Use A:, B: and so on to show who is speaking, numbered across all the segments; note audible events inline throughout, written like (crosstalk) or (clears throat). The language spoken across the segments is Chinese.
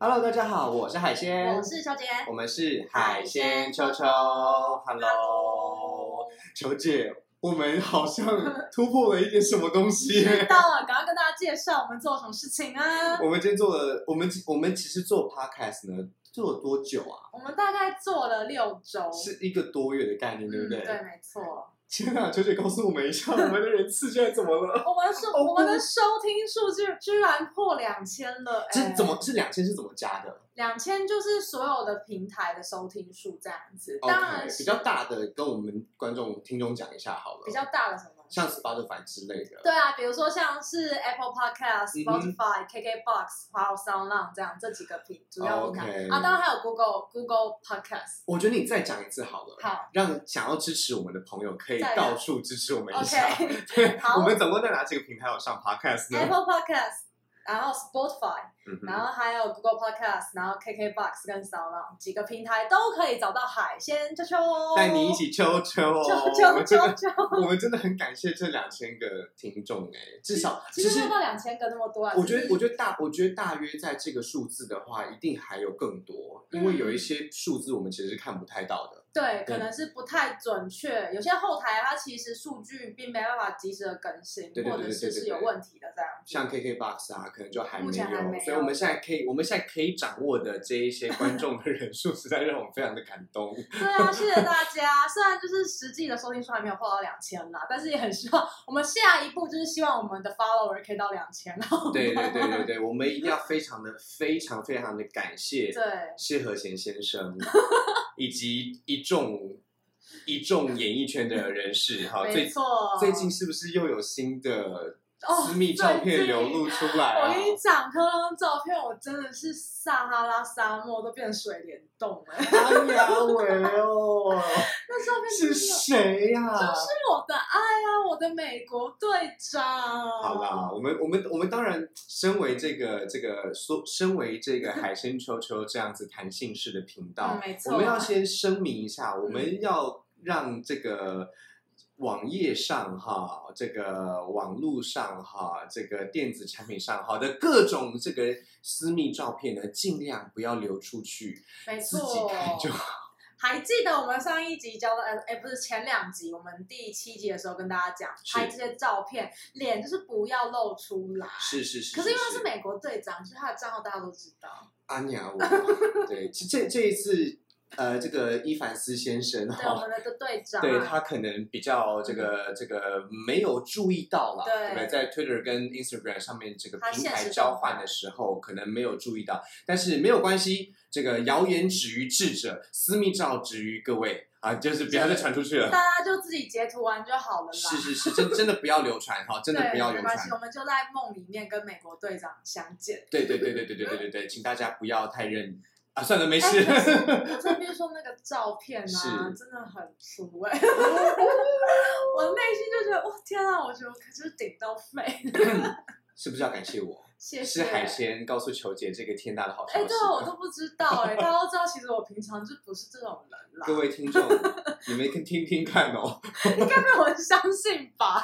A: Hello，大家好，我是海鲜，
B: 我是秋姐。
A: 我们是海鲜秋秋。Hello，秋 (laughs) 姐，我们好像突破了一点什么东
B: (laughs)
A: 西耶。
B: 到了，赶快跟大家介绍我们做了什么事情啊！
A: 我们今天做了，我们我们其实做 podcast 呢，做了多久啊？
B: 我们大概做了六周，
A: 是一个多月的概念，对不对？
B: 嗯、对，没错。
A: 天啊，秋姐，告诉我们一下，我们的人次现在怎么了？
B: 我们是
A: 好酷
B: 我们的收听数居居然破两千了，
A: 这
B: 哎，
A: 怎么？是两千是怎么加的？
B: 两千就是所有的平台的收听数这样子，当然
A: OK，
B: 是
A: 比较大的，跟我们观众听众讲一下好了。
B: 比较大的什么东西？
A: 像 Spotify 之类的。
B: 对啊，比如说像是 Apple Podcast、
A: 嗯哼
B: Spotify、KKBox、华 o Sound On 这样这几个平主要平台
A: OK
B: 啊，当然还有 Google Google Podcast。
A: 我觉得你再讲一次好了，
B: 好
A: 让想要支持我们的朋友可以
B: 再来
A: 到处支持我们一下。 (laughs)
B: ，OK，好
A: 我们总共在哪几个平台有上 Podcast 呢？
B: Apple Podcast，然后 Spotify，
A: 嗯
B: 然
A: 哼，
B: 后还有 Google Podcast，然后 KKBox 跟扫浪几个平台都可以找到海鲜秋秋哦，
A: 带你一起秋秋哦，
B: 秋
A: 我
B: 秋
A: 们真
B: 秋
A: 的，
B: 秋，
A: 我们真的很感谢这两千个听众哎，至少
B: 其
A: 其实
B: 实没有到两千个那么多啊，
A: 我觉得，我
B: 得
A: 觉得大，我觉得大约在这个数字的话，一定还有更多，因为
B: 嗯
A: 有一些数字我们其实是看不太到的。
B: 对，可能是不太准确，有些后台它其实数据并没办法及时的更新，
A: 对对对
B: 或者
A: 对对
B: 是
A: 对
B: 是有问题的这样子，
A: 像 KKBox 啊，可能就还没
B: 目前还没
A: 有，
B: 有
A: 所以我们现在可以，我们现在可以掌握的这一些观众的人数，实在让我们非常的感
B: (laughs)
A: 动。
B: 对啊，谢谢大家。虽然就是实际的收听数还没有破到两千啦，但是也很希望我们下一步就是希望我们的 follower 可以到两千。哦
A: 对对对对对，我们一定要非常的、非常、非常的感谢
B: 对，
A: 谢和弦先生以及一众一众演艺圈的人士哈。
B: (laughs) 没
A: 最
B: 错。
A: 最近是不是又有新的
B: 哦
A: 私密照片流露出来
B: 我
A: 啊？
B: 跟你讲，看到那张照片，我真的是撒哈拉沙漠都变成水帘洞哎、
A: (laughs) 哎呀喂哦，
B: (laughs) 那照片真
A: 是
B: 的
A: 谁呀、
B: 就是我的爱啊，我的美国队长。
A: 好
B: 哦
A: 啦，，我们我们我们当然，身为这个这个说，身为这个海鲜球球这样子弹性式的频道
B: 嗯，没错嗯
A: 我们要先声明一下，我们要让这个网页上哈，这个网络上哈，这个电子产品上哈的各种这个私密照片呢，尽量不要流出去，
B: 没
A: 自
B: 错。
A: 己看就好。
B: 还记得我们上一集教的，呃，哎，不是前两集，我们第七集的时候跟大家讲，
A: 是
B: 拍这些照片，脸就是不要露出来。
A: 是是是，
B: 可是因为他是美国队长，所以他的账号大家都知道。
A: 阿娘，我
B: (laughs)
A: 对这这这一次。呃，这个伊凡斯先生
B: 对，我
A: 哈，
B: 们的队长啊，
A: 对他可能比较这个这个没有注意到啦，
B: 对
A: 对不对？在 Twitter 跟 Instagram 上面这个
B: 他
A: 平
B: 现
A: 台
B: 实
A: 交
B: 动态
A: 换的时候，可能没有注意到，但是没有关系，这个谣言止于智者，私密照止于各位啊，就是不要再传出去了。
B: 大家就自己截图完就好了
A: (laughs)
B: 啦。
A: 是是是，真真的不要流传哈，真的
B: 对，
A: 不要
B: 没
A: 流
B: 关
A: 传
B: 系，。我们就在梦里面跟美国队长相见。
A: 对对对对对对对对对，请大家不要太认啊，算了，没事 (laughs)
B: (laughs) 哎。可是我这边说那个照片啊
A: 是，
B: 真的很粗
A: (laughs)
B: 哎、我内心就觉得，哇天啊，我觉得我可就是顶到肺，
A: 是不是要感谢我？
B: 谢谢。
A: 是海鲜告诉球姐这个天大的好消
B: 哎、
A: 息。
B: 这个我都不知道哎、大家都知道，其实我平常就不是这种人啦，
A: 各位听众，你们可以听听看哦。
B: 应该没有人相信吧？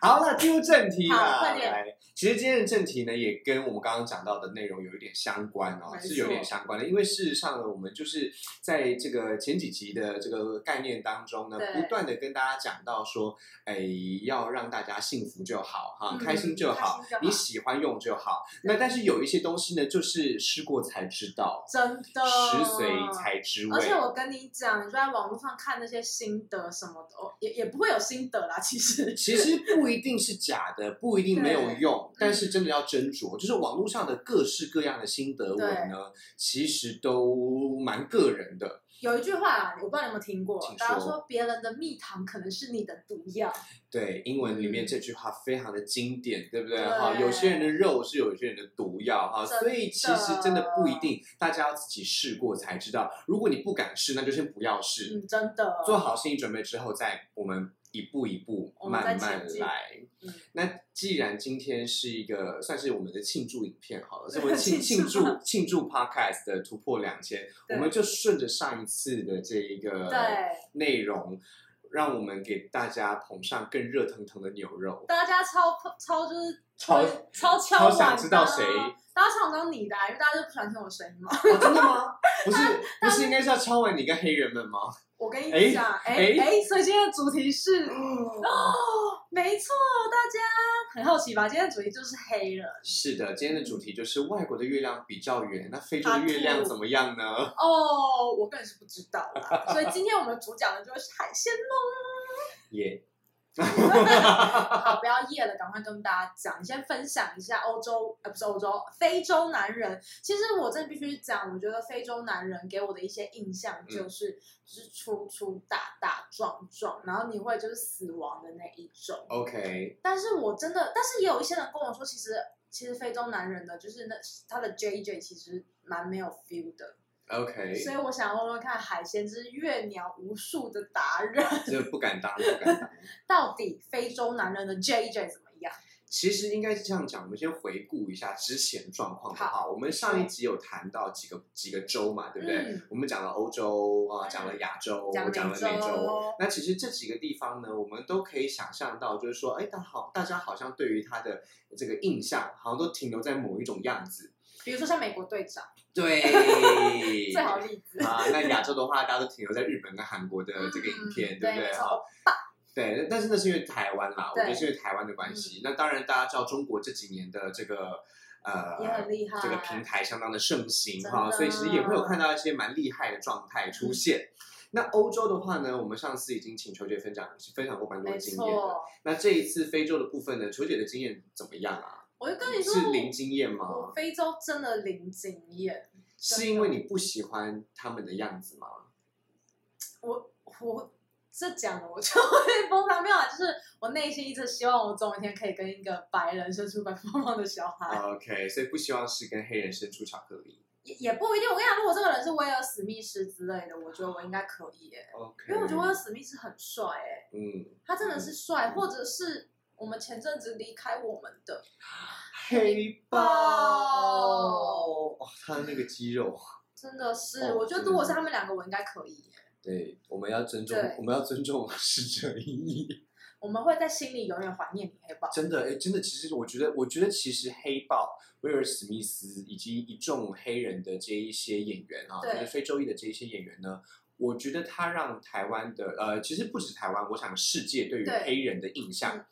A: 好，那进入正题啦。
B: 好快点
A: 来，其实今天的正题呢，也跟我们刚刚讲到的内容有一点相关哦
B: 没，错
A: 是有点相关的。因为事实上呢，我们就是在这个前几集的这个概念当中呢，
B: 对
A: 不断的跟大家讲到说，哎，要让大家幸福就好哈，
B: 嗯
A: 开心就好
B: 开心就好
A: 你喜欢用就好。那但是有一些东西呢，就是试过才知道，
B: 真的，
A: 食髓才知味。
B: 哦而且我跟你讲，你就在网络上看那些心得什么的，哦，也也不会有心得啦。其实，
A: 其实不一定是假的，不一定没有用
B: 对，嗯
A: 但是真的要斟酌。就是网络上的各式各样的心得文呢，其实都蛮个人的。
B: 有一句话啊，我不知道你有没有听过
A: 请，
B: 大家
A: 说
B: 说别人的蜜糖可能是你的毒药，
A: 对，英文里面
B: 嗯
A: 这句话非常的经典，对不对？
B: 对
A: 哈，有些人的肉是有些人的毒药哈，
B: 真的
A: 所以其实真的不一定，大家要自己试过才知道。如果你不敢试，那就先不要试。
B: 嗯，真的。
A: 做好心理准备之后，再我们一步一步
B: 我们再
A: 慢慢
B: 前进
A: 来。
B: 嗯
A: 那既然今天是一个算是我们的庆祝影片好了，是
B: (laughs)
A: 我们庆庆
B: 庆祝
A: 祝庆祝 podcast 的突破两千，我
B: 对
A: 们就顺着上一次的这一个
B: 对
A: 内容，
B: (laughs)
A: 让我们给大家捧上更热腾腾的牛肉。
B: 大家超超就是
A: 超
B: 超敲
A: 超
B: 碗，
A: 想知道谁？
B: 大家想知道你的啊、因为大家就不喜欢听我的声音嘛。
A: 哦真的吗？不是不是应该是要敲完你跟黑人们吗？
B: 我跟
A: 哎
B: 你讲，哎
A: 哎
B: 哎，所以今天的主题是，哦，没错，大家很好奇吧？今天的主题就是黑人
A: 是的，今天的主题就是外国的月亮比较圆，那非洲的月亮怎么样呢？
B: 哦，我个人是不知道啦。所以今天我们的主讲的就是海鲜
A: 耶、
B: 梦。好，不要夜了，赶快跟大家讲，你先分享一下欧洲，呃，不是欧洲，非洲男人。其实我真的必须讲，我觉得非洲男人给我的一些印象就是，就是粗粗大大壮壮，然后你会就是死亡的那一种。
A: o k
B: 但是我真的，但是也有一些人跟我说，其实其实非洲男人的，就是那他的 JJ 其实蛮没有 feel 的，
A: OK，
B: 所以我想问问看，海鲜之月鸟无数的达人， (laughs)
A: 这不敢当，不敢当。
B: 到底非洲男人的 JJ 怎么样？
A: 其实应该是这样讲，我们先回顾一下之前状况的话，我们上一集有谈到几个几个州嘛，对不对？
B: 嗯
A: 我们讲了欧洲啊，
B: 嗯
A: 讲了亚洲，
B: 讲
A: 讲了
B: 美洲
A: 美洲。那其实这几个地方呢，我们都可以想象到，就是说，哎，大好，大家好像对于它的这个印象，好像都停留在某一种样子。
B: 比如说像美国队长，
A: (laughs) 对，
B: 最好的例子，
A: 啊，那亚洲的话，大家都停留在日本跟韩国的这个影片，对
B: 嗯
A: 不
B: 对
A: 对？
B: 没错
A: 哈，对，但是那是因为台湾啦，我
B: 对嗯
A: 觉得是因为台湾的关系。那当然，大家知道中国这几年的这个
B: 也
A: 呃
B: 很厉害。
A: 这个平台相当的盛行
B: 真
A: 哈，
B: 的嗯
A: 所以其实也会有看到一些蛮厉害的状态出现。那欧洲的话呢，我们上次已经请球姐分享分享过蛮多
B: 没
A: 经验的。
B: 错，
A: 那这一次非洲的部分呢，球姐的经验怎么样啊？
B: 我就跟你说，
A: 是零经验
B: 我
A: 吗？
B: 非洲真的零经验。
A: 是因为你不喜欢他们的样子吗？
B: 我我这讲了我就会崩溃，没有啊，就是我内心一直希望我总有一天可以跟一个白人生出白胖胖的小
A: 啊
B: 孩，
A: OK，所以不希望是跟黑人生出巧克力。
B: 也也不一定。我跟你讲，如果这个人是威尔史密斯之类的，我觉得我应该可以耶，
A: OK，
B: 因为我觉得威尔史密斯很帅哎，
A: 嗯，
B: 他真的是帅，或者是我们前阵子离开我们的，
A: 黑豹，
B: 豹
A: 哇，他的那个肌肉，
B: 真的是，
A: 哦
B: 我觉得如果是他们两个，我应该可以耶。
A: 对，我们要尊重
B: 对，
A: 我们要尊重逝者已矣。
B: 我们会在心里永远怀念你，黑豹。
A: 真的，哎，真的，其实我觉得，我觉得其实黑豹、威尔史密斯以及一众黑人的这一些演员啊，
B: 对
A: 就是非洲裔的这一些演员呢。我觉得他让台湾的呃，其实不止台湾，我想世界对于
B: 对
A: 黑人的印
B: 嗯
A: 象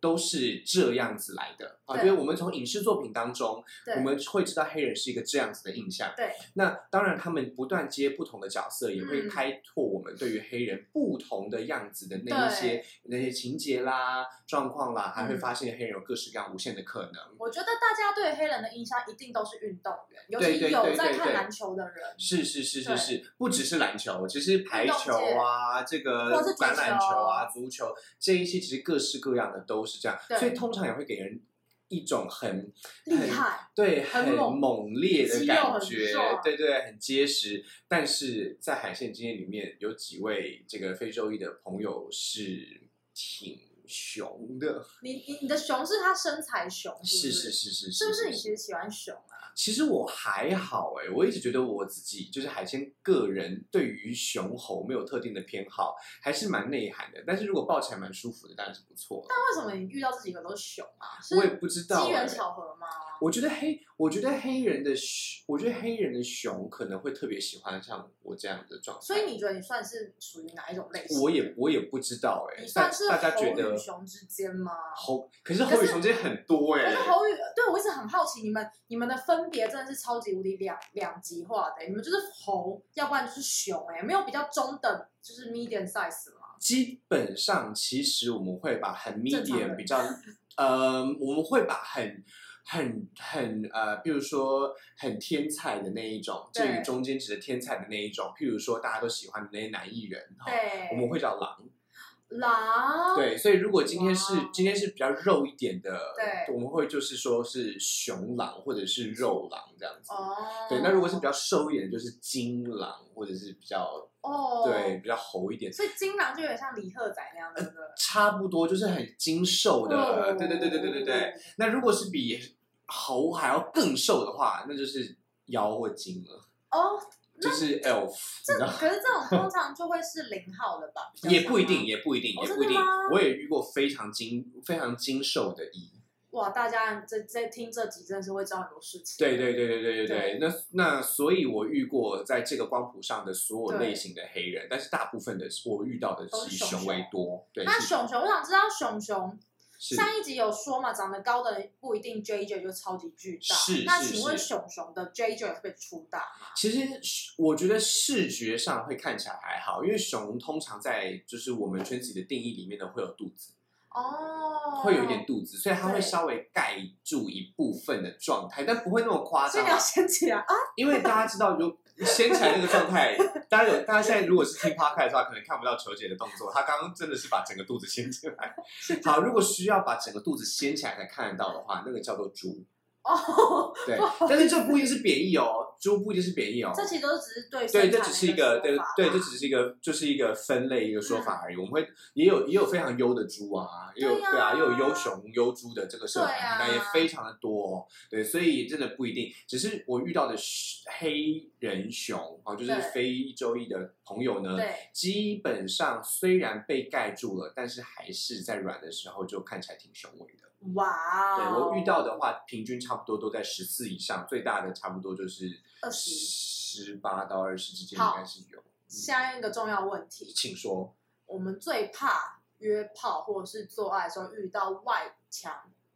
A: 都是这样子来的啊。
B: 对
A: 因为我们从影视作品当中，
B: 对，
A: 我们会知道黑人是一个这样子的印象。
B: 对，
A: 那当然，他们不断接不同的角色，也会
B: 嗯
A: 开拓我们对于黑人不同的样子的那一些那些情节啦、状况啦，还会
B: 嗯
A: 发现黑人有各式各样无限的可能。
B: 我觉得大家对黑人的印象一定都是运动员，尤
A: 对对
B: 其
A: 对
B: 有
A: 对
B: 在
A: 对
B: 看篮球的人，
A: 是是是是
B: 对
A: 是，不只是篮球，其实排球啊，这个
B: 或是足球
A: 橄榄球啊、足球这一些，其实各式各样的都是这样，
B: 对
A: 所以通常也会给人一种很
B: 厉害。
A: 对，
B: 很
A: 很
B: 猛
A: 猛烈的
B: 肌肉
A: 感
B: 很
A: 觉
B: 壮，
A: 对对，很结实。但是在海线经验里面，有几位这个非洲裔的朋友是挺熊的，
B: (laughs) 你你你的熊是它身材熊，
A: 是
B: 是
A: 是是是，
B: 是不是你其实喜欢熊啊？
A: 其实我还好哎、我一直觉得我自己就是海鲜个人对于熊猴没有特定的偏好，还是蛮内涵的。但是如果抱起来蛮舒服的，当然是不错的。
B: 那为什么你遇到这几个都是熊啊？是
A: 我也不知道、
B: 机
A: 欸
B: 缘，巧合吗？
A: 我觉得黑，我觉得黑人的熊，我觉得黑人的熊可能会特别喜欢像我这样的状态。
B: 所以你觉得你算是属于哪一种类型？
A: 我也我也不知道哎、
B: 你
A: 欸，
B: 算
A: 大
B: 是
A: 大家
B: 猴
A: 觉
B: 与
A: 得
B: 熊之间吗？
A: 猴，可是猴与熊之间很多哎、
B: 可是
A: 欸，
B: 猴与对我一直很好奇，你们你们的分别真的是超级无敌两两极化的、你们就是猴，要不然就是熊、哎，没有比较中等，就是 medium size 吗？
A: 基本上其实我们会把很
B: 正常
A: medium
B: 人
A: 比
B: (laughs)
A: 较，呃，我们会把很。很很呃，比如说很天才的那一种，
B: 对
A: 至于中间值的天才的那一种，譬如说大家都喜欢的那些男艺人哈，
B: 对，
A: 我们会找狼。
B: 狼，
A: 对，所以如果今天是
B: 哇
A: 今天是比较肉一点的，
B: 对
A: 我们会就是说是熊狼或者是肉狼这样子。
B: 哦，
A: 对，那如果是比较瘦一点，就是金狼，或者是比较、
B: 哦，
A: 对比较猴一点，
B: 所以金狼就有点像李赫宰那样子的，
A: 差不多就是很精瘦
B: 哦
A: 的。对对对对对对对。。那如果是比猴还要更瘦的话，那就是妖或金了，
B: 哦，
A: 就是 elf，你知道吗？
B: 可是这种通常就会是零号的吧？比较
A: 也不一
B: 常
A: 定，。也不一定，
B: 哦
A: 也
B: 真
A: 不
B: 的
A: 一定
B: 吗。
A: 我也遇过非常精非常精瘦的一，
B: 哇，大家这这听这集真的是会知道很多事情。
A: 对对对对对对对
B: 对，
A: 那那所以，我遇过在这个光谱上的所有
B: 对
A: 类型的黑人，但是大部分的是我遇到的
B: 都
A: 是
B: 是
A: 以
B: 熊
A: 熊
B: 熊
A: 为多，对，
B: 那
A: 是
B: 熊熊，我想知道熊熊
A: 是
B: 上一集有说嘛，长得高的人不一定 JJ 就超级巨大。
A: 是
B: 那
A: 是
B: 请问
A: 是
B: 熊熊的 JJ 会被粗大吗？
A: 其实是我觉得视觉上会看起来还好，因为熊通常在就是我们圈子里的定义里面呢会有肚子，
B: 哦，
A: 会有一点。肚子，所以它会
B: 对
A: 稍微盖住一部分的状态，但不会那么夸
B: 所以
A: 张
B: 你。要先起来啊！
A: 因为大家知道，如掀起来那个状态，大家有大家现在如果是听 podcast 的话，可能看不到球姐的动作。她刚刚真的是把整个肚子掀起来。好，如果需要把整个肚子掀起来才看得到的话，那个叫做猪。 (laughs)
B: 哦，
A: 对，但是这不一定是贬义哦，猪不一定是贬义哦。
B: 这其实都只是对
A: 对，
B: 身材
A: 这只是一个
B: 的
A: 对
B: 说法
A: 对，
B: 啦
A: 这只是一个就是一个分类一个说法而已。我们会也有也有非常优的猪啊，也有
B: 嗯对啊
A: 对啊，也有优熊优猪的这个社团
B: 对啊，
A: 那也非常的多哦。对，所以真的不一定，只是我遇到的是黑人熊啊，就是
B: 对
A: 非洲裔的朋友呢。
B: 对
A: 基本上虽然被盖住了，但是还是在软的时候就看起来挺雄伟的。
B: 哇
A: 对
B: 哦，
A: 我遇到的话，平均差不多都在十四以上，最大的差不多就是
B: 二十。
A: 十八到二十之间应
B: 好
A: 该是有。
B: 下一个重要问题，
A: 请说。
B: 我们最怕约炮或者是做爱的时候遇到外强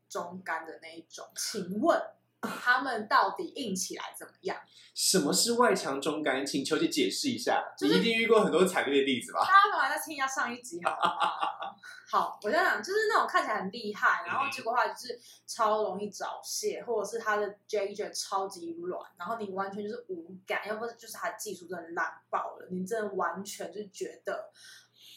B: 中干的那一种，请问他们到底硬起来怎么样？
A: 什么是外强中干？请求姐解释一下。
B: 就是
A: 你一定遇过很多惨烈的例子吧？
B: 大家赶快再听一下上一集好
A: (laughs)
B: 不好？好，我在讲，就是那种看起来很厉害，然后结果后来就是超容易早泄，或者是他的 J J 超级软，然后你完全就是无感，要不就是他技术真的烂爆了，你真的完全就觉得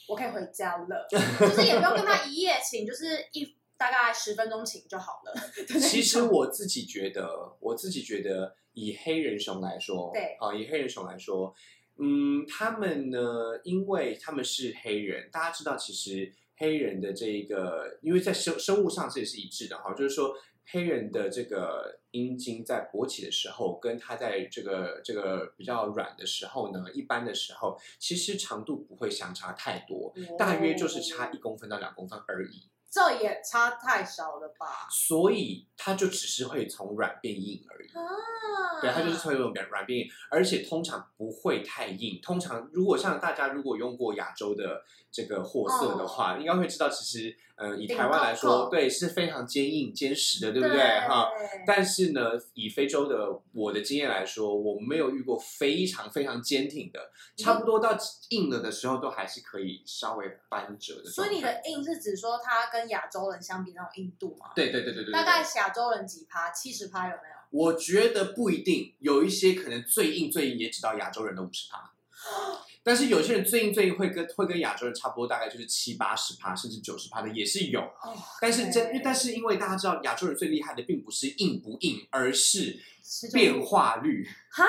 B: 我可以回家
A: (laughs)
B: 了，就是也不用跟他一夜情，就是一大概十分钟情就好了。
A: 其实我自己觉得，我自己觉得，以黑人熊来说，
B: 对
A: 好、以黑人熊来说，嗯，他们呢，因为他们是黑人，大家知道，其实黑人的这一个，因为在生生物上这也是一致的哈，就是说。黑人的这个阴茎在勃起的时候，跟它在这个这个比较软的时候呢，一般的时候，其实长度不会相差太多，大约就是
B: 哦
A: 差一公分到两公分而已，
B: 这也差太少了吧？
A: 所以它就只是会从软变硬而已。
B: 啊，
A: 对，它就是从软变软变硬，而且通常不会太硬。通常如果像大家如果用过亚洲的这个货色的
B: 嗯
A: 话，应该会知道，其实呃以
B: 顶
A: 台湾来
B: 扣
A: 说，
B: 扣
A: 对是非常坚硬坚实的，对不对哈？但是呢，以非洲的我的经验来说，我没有遇过非常非常坚挺的，差
B: 嗯
A: 不多到硬了的时候，都还是可以稍微翻折的状态。
B: 所以你的硬是指说它跟亚洲人相比那种硬度吗？
A: 对对对对对，对
B: 大概亚洲人几趴？七十趴有没有？
A: 我觉得不一定，有一些可能最硬最硬也只到亚洲人的五十趴，但是有些人最硬最硬会跟会跟亚洲人差不多，大概就是七八十趴甚至九十趴的也是有。
B: 哦，
A: 但是真，
B: 对
A: 但是因为大家知道亚洲人最厉害的并不是硬不硬，而是
B: 是这种
A: 变化率。
B: 哈，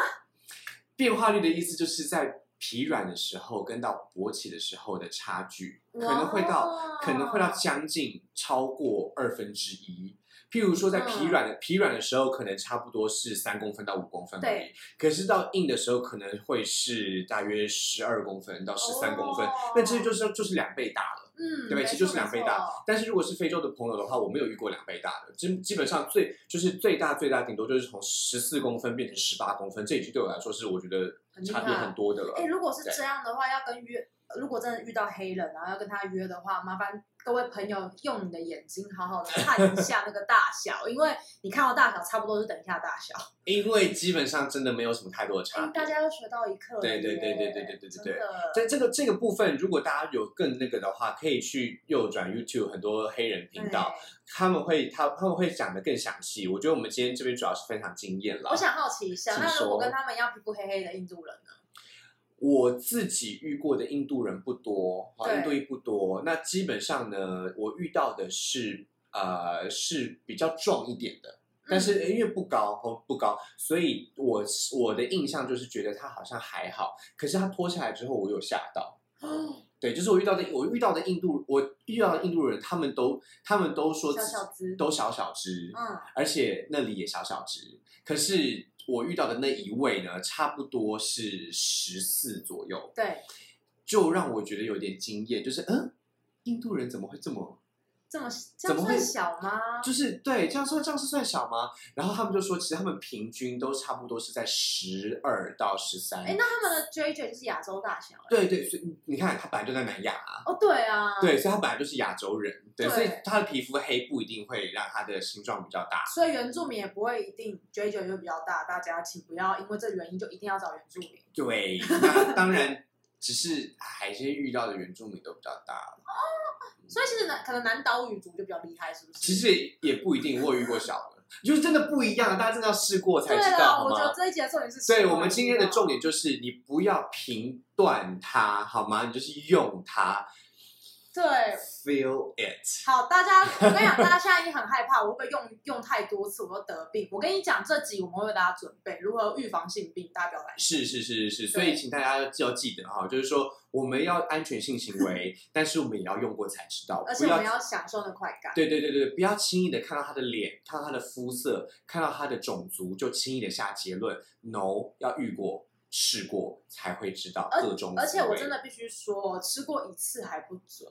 A: 变化率的意思就是在疲软的时候跟到勃起的时候的差距，可能会到
B: 哇
A: 可能会
B: 嗯
A: 到将近超过二分之一。譬如说，在
B: 嗯
A: 疲软的、疲软的时候，可能差不多是三公分到五公分而已
B: 对。
A: 可是到硬的时候，可能会是大约十二公分到十三公分。那这就是就是两倍大了，
B: 哦嗯，
A: 对不对？
B: 没错
A: 其实就是两倍
B: 没
A: 大
B: 错。
A: 但是如果是非洲的朋友的话，我没有遇过两倍大的，基基本上最就是最大最大，顶多就是从十四公分变成十八公分，这已经对我来说是我觉得
B: 很厉
A: 差
B: 害
A: 别很多的了。
B: 哎，如果是
A: 对
B: 这样的话，要跟约，如果真的遇到黑人，然后要跟他约的话，麻烦各位朋友用你的眼睛好好的看一下那个大小，因为你看到大小差不多是等一下大小。
A: 因为基本上真的没有什么太多的差
B: 哎，
A: 别。
B: 大家要学到一课
A: 对
B: 耶。
A: 对对对对对对对对
B: 真的
A: 在这个这个部分，如果大家有更那个的话，可以去右转 YouTube 很多黑人频道，
B: 对
A: 他们会他他们会讲的更详细。我觉得我们今天这边主要是分享经验啦
B: 我。想好奇一下，
A: 请
B: 那如
A: 说
B: 果跟他们一样皮肤黑黑的印度人呢？
A: 我自己遇过的印度人不多，啊，
B: 对
A: 印度裔不多。那基本上呢，我遇到的是呃是比较壮一点的。嗯但
B: 嗯
A: 是因为不高哦不高，所以我我的印象就是觉得他好像还好，可是他脱下来之后，我有吓到，
B: 哦，
A: 对，就是我遇到的，我遇到的印度，我遇到的印度人，他们都他们都说
B: 小
A: 自己
B: 小只
A: 都小小只，
B: 嗯，
A: 而且那里也小小只。可是我遇到的那一位呢，差不多是十四左右，
B: 对，
A: 就让我觉得有点惊艳，就是嗯，印度人怎么会这么
B: 这么这
A: 怎
B: 样
A: 么会
B: 算小吗？
A: 就是对，这样算这样是算小吗？然后他们就说，其实他们平均都差不多是在十二到十三。
B: 哎，那他们的 JJ 就是亚洲大小、哎
A: 对对，所以你你看，他本来就在南亚啊、
B: 哦，对啊，，
A: 对，所以他本来就是亚洲人，对，
B: 对
A: 所以他的皮肤黑不一定会让他的形状比较大。
B: 所以原住民也不会一定 JJ 就比较大，大家请不要因为这原因就一定要找原住民。
A: 对，那当然，只是海鲜遇到的原住民都比较大了。
B: 所以其实南可能南岛语族就比较厉害，是不是？
A: 其实也不一定，我有遇过小的，就是真的不一样，啊大家真的要试过才
B: 嗯对
A: 知
B: 啦，
A: 道，好
B: 我觉
A: 吗
B: 得？这一集的重点是习
A: 所
B: 惯，
A: 以我们今天的重
B: 点
A: 点就是，你不要评断它，好吗？你就是用它
B: 对。
A: ，feel it。
B: 好，大家，我跟你讲，大家现在已经很害怕，我会不会用用太多次，我又得病？我跟你讲，这集我们会为大家准备如何预防性病，大家不要来。
A: 是是是是，所以
B: 对
A: 请大家要记得哈，就是说我们要安全性行
B: (laughs)
A: 为，但是我们也要用过才知道，
B: 而且
A: 不
B: 我
A: 要
B: 们要享受那快感。
A: 对对对对，不要轻易的看到他的脸，看到他的肤色，看到他的种族就轻易的下结论。No，要遇过、试过才会知道各种
B: 而且
A: 滋
B: 我
A: 味
B: 真的必须说，哦吃过一次还不准，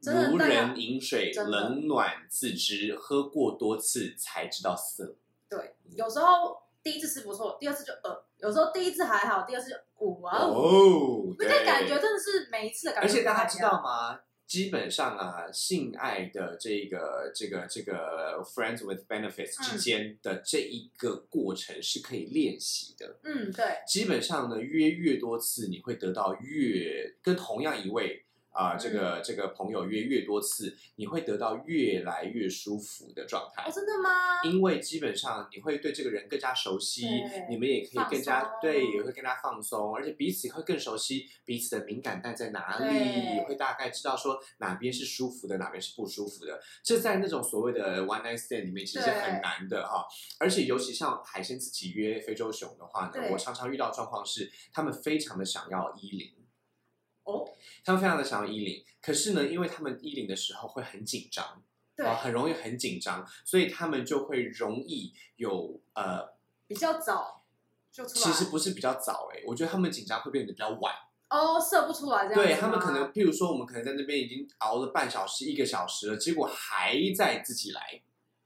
B: 真的
A: 如
B: 大家
A: 人饮水，
B: 真的
A: 冷暖自知，喝过多次才知道涩。
B: 对，
A: 嗯
B: 有时候第一次吃不错，第二次就呃，有时候第一次还好，第二次就哇哦，
A: 哦，
B: 那
A: 对
B: 个感觉真的是每一次的感觉
A: 而且
B: 不太
A: 大
B: 一样。
A: 家知道吗？基本上啊，性爱的这个、这个、这个 friends with benefits 之
B: 嗯
A: 间的这一个过程是可以练习的。
B: 嗯，对，
A: 基本上呢，约越多次，你会得到越跟同样一位啊、这个这个朋友约越多次，你会得到越来越舒服的状态
B: 哦，。真的吗？
A: 因为基本上你会对这个人更加熟悉
B: 对，
A: 你们也可以更加
B: 放松
A: 对，也会更加放松，而且彼此会更熟悉彼此的敏感带在哪里，
B: 对
A: 也会大概知道说哪边是舒服的，哪边是不舒服的。这在那种所谓的 one night stand 里面其实是
B: 对
A: 很难的哈、而且尤其像海鲜自己约非洲熊的话呢，
B: 对
A: 我常常遇到的状况是他们非常的想要衣领。
B: 哦，
A: 他们非常的想要衣领，可是呢，因为他们衣领的时候会很紧张，
B: 对，
A: 啊，很容易很紧张，所以他们就会容易有呃，
B: 比较早就出来，
A: 其实不是比较早哎、我觉得他们紧张会变得比较晚，
B: 哦，射不出来这样子吗。
A: 对他们可能，譬如说我们可能在那边已经熬了半小时、一个小时了，结果还在自己来，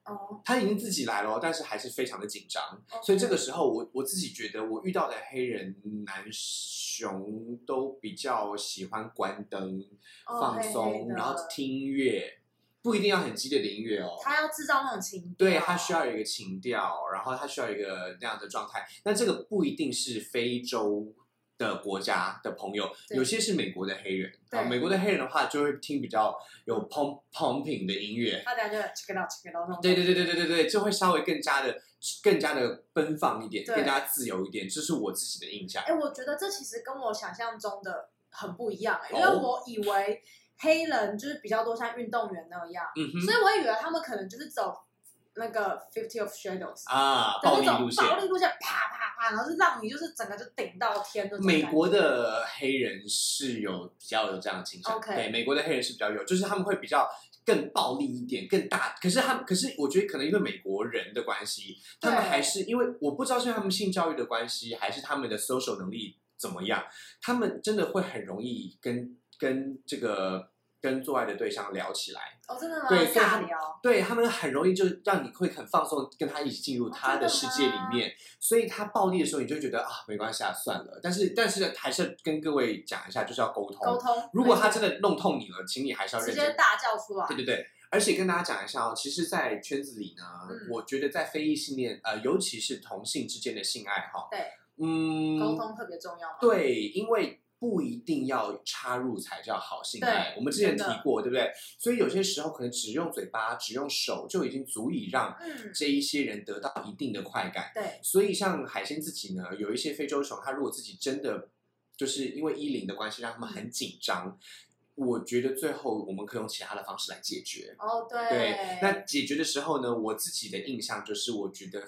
B: 哦，
A: 他已经自己来了哦，但是还是非常的紧张，所以这个时候我我自己觉得我遇到的黑人男熊都比较喜欢关灯、
B: 哦
A: 放
B: 黑黑
A: 松，
B: 的
A: 然后听音乐，不一定要很激烈的音乐哦，
B: 他要制造那种情，
A: 对，它需。要有一个情调，然后它需要有一个那样的状态。那这个不一定是非洲的国家的朋友，
B: 对
A: 有些是美国的黑人。
B: 对
A: 啊，美国的黑人的话，就会听比较有 pump pumping 的音乐。
B: 他等下就 check it out check it out 那种。
A: 对对对对对对对，就会稍微更加的、更加的奔放一点，
B: 对
A: 更加自由一点，这是我自己的印象。
B: 哎、我觉得这其实跟我想象中的很不一样、欸，因为
A: 哦
B: 我以为黑人就是比较多像运动员那样，
A: 嗯哼，
B: 所以我以为他们可能就是走那个 Fifty of Shadows
A: 啊，
B: 的
A: 暴
B: 那
A: 力
B: 种
A: 路线。
B: 暴力路线，啪啪啪，然后就让你就是整个就顶到天那种感
A: 美
B: 觉。
A: 国的黑人是有比较有这样的倾向
B: OK
A: 对，美国的黑人是比较有，就是他们会比较更暴力一点，更大。可是他们，可是我觉得可能因为美国人的关系，他们
B: 对
A: 还是因为我不知道是因为他们性教育的关系，还是他们的 social 能力怎么样，他们真的会很容易跟跟这个跟做爱的对象聊起来，
B: 哦，真的吗？哦
A: 对所以他
B: 尬
A: 们
B: 聊，
A: 对他们很容易就让你会很放松，跟他一起
B: 哦
A: 进入他的世界里面。所以他暴力的时候，你就觉得啊，没关系啊，算了。但是但是还是要跟各位讲一下，就是要沟通。
B: 沟通。
A: 哦如果他
B: 没
A: 真的弄痛你了，请你还是
B: 错
A: 要
B: 直
A: 认
B: 接
A: 真。
B: 大叫出来，
A: 对对对。而且跟大家讲一下哦，其实，在圈子里呢，
B: 嗯
A: 我觉得在非异性恋，呃，尤其是同性之间的性爱哈，
B: 对，
A: 嗯，
B: 沟通特别重要嘛。
A: 对，因为不一定要插入才叫好性爱。我们之前提
B: 真的
A: 过，对不对？所以有些时候可能只用嘴巴、只用手就已经足以让
B: 嗯，
A: 这一些人得到一定的快感。
B: 对，
A: 所以像海鲜自己呢，有一些非洲熊，它如果自己真的就是因为衣领的关系，让他们很紧张。我觉得最后我们可以用其他的方式来解决。
B: 哦对，
A: 对，那解决的时候呢，我自己的印象就是，我觉得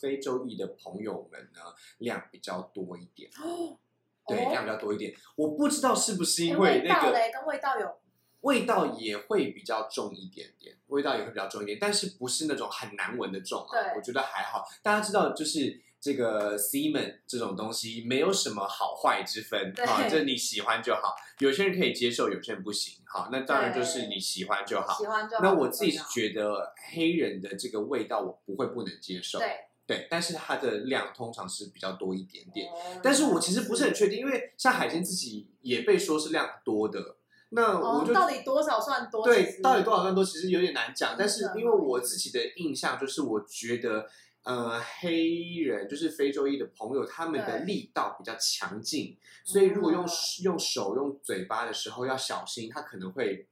A: 非洲裔的朋友们呢量比较多一点。
B: 哦
A: 对，量比较多一点。我不知道是不是因
B: 哎
A: 为
B: 味
A: 那
B: 道
A: 个
B: 嘞，跟味道有
A: 味道也会比较重一点点，味道也会比较重一点，但是不是那种很难闻的重啊
B: 对。
A: 我觉得还好。大家知道，就是这个 semen 这种东西没有什么好坏之分
B: 对
A: 啊，这你喜欢就好。有些人可以接受，有些人不行。好，那当然就是你喜欢就好。
B: 喜欢就好
A: 那我自己
B: 啊不
A: 是
B: 重要
A: 觉得黑人的这个味道，我不会不能接受。
B: 对，
A: 对，但是它的量通常是比较多一点
B: 哦
A: 点。但是我其实不
B: 嗯
A: 是很确定，因为像海鲜自己也被说是量多的，那我
B: 哦
A: 就、，
B: 到底多少算多？其
A: 对
B: 实
A: 到底多少算多，其实有点难讲。但是
B: 真的
A: 因为我自己的印象就是，我觉得呃黑人就是非洲裔的朋友，他们的
B: 对哦
A: 力道比较强劲，所以如果用
B: 嗯
A: 用手用嘴巴的时候要小心，他可能会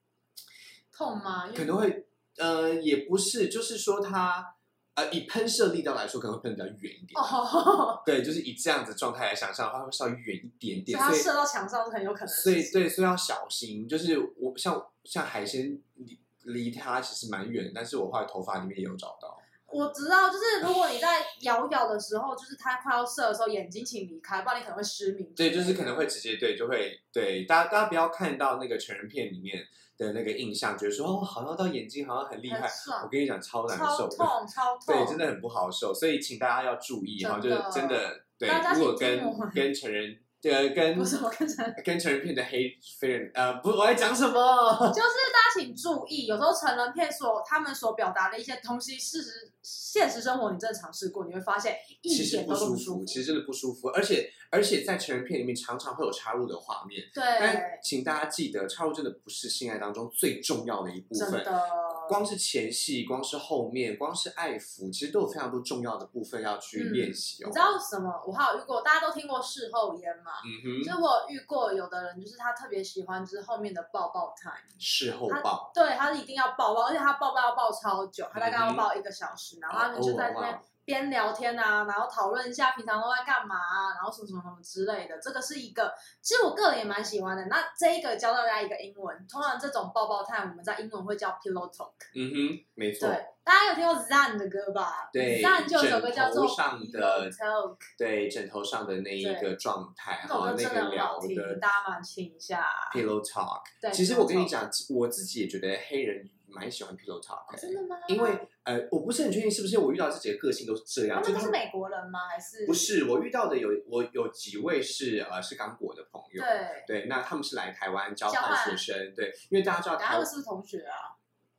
B: 痛吗？因为
A: 可能会呃也不是，就是说他。呃，以喷射力道来说，可能会喷得比较远一点。
B: 哦， (laughs)
A: 对，就是以这样子状态来想象，它会稍微远一点
B: 所以
A: 点，
B: 它
A: 所以
B: 射到墙上是很有可能的
A: 所
B: 事
A: 以
B: 情。
A: 对，所以要小心。就是我像像海鲜离离它其实蛮远，但是我后来头发里面也有找到。
B: 我知道，就是如果你在咬咬的时候，就是它快要射的时候，眼睛请离开，不然你可能会失明。
A: 对，就是可能会直接对，就会对大家大家不要看到那个成人片里面的那个印象，觉得说哦，好像到眼睛好像很厉
B: 很
A: 害。我
B: 爽，
A: 跟你讲，超难
B: 超
A: 受的，
B: 痛，超痛。
A: 对，真的很不好受。所以请大家要注意哈，就
B: 哦真
A: 是真
B: 的
A: 的对
B: 大家，
A: 如果
B: 请听我
A: 跟
B: 们
A: 跟成人呃跟
B: 不是我跟成人，
A: 跟成人片的黑非人呃不，我在讲什么？
B: 就是大家请注意，有时候成人片所他们所表达的一些东西，事实现实生活你真的尝试过，你会发现
A: 其
B: 一
A: 实
B: 点
A: 不
B: 都
A: 舒
B: 不
A: 服，
B: 服。
A: 其实真的不舒服，而且而且在成人片里面常常会有插入的画面，但
B: 对，
A: 请大家记得，插入真的不是性爱当中最重要的一部
B: 真
A: 分。
B: 的。
A: 光是前戏，光是后面，光是爱抚，其实都有非常多重要的部分要去
B: 嗯
A: 练习哦
B: 你知。道什么？我还有遇过，大家都听过事后烟嘛？
A: 嗯
B: 就
A: 哼，
B: 是我有遇过有的人，就是他特别喜欢，就是后面的抱抱 time，
A: 事后抱，
B: 对他是一定要抱抱，而且他抱抱要抱超久，他大概要抱一个小时，然后他们就在那边
A: 嗯哦
B: 边聊天啊，然后讨论一下平常都在干嘛啊，然后什么什么什么之类的。这个是一个，其实我个人也蛮喜欢的。那这一个教大家一个英文，通常这种抱抱 time 我们在英文会叫 pillow talk。
A: 嗯哼，没错，
B: 对，大家有听过 Zan 的歌吧？
A: 对
B: ，Zan 就有首歌叫做
A: 枕头上的
B: Pillow Talk，
A: 对枕头上的那一个状态
B: 那首
A: 哈
B: 歌，
A: 那
B: 真的
A: 个
B: 很
A: 聊
B: 好
A: 的
B: 听，大家蛮听一下。
A: pillow talk。
B: 对，
A: 其实我跟你
B: Pillow Talk，
A: 讲，我自己也觉得黑人蛮喜欢 pillow talk，的
B: 哦
A: 欸
B: 真的吗？
A: 因为呃，我不是很确定是不是我遇到这几个个性都是这样，
B: 他
A: 就
B: 们都
A: 他
B: 是
A: 们
B: 美国人吗？还是
A: 不？是我遇到的有我有几位是呃是刚果的朋友，
B: 对，
A: 对那他们是来台湾交
B: 交
A: 换学
B: 换
A: 生，对，因为大家知道
B: 然后
A: 台
B: 他
A: 湾
B: 们是不是同学啊？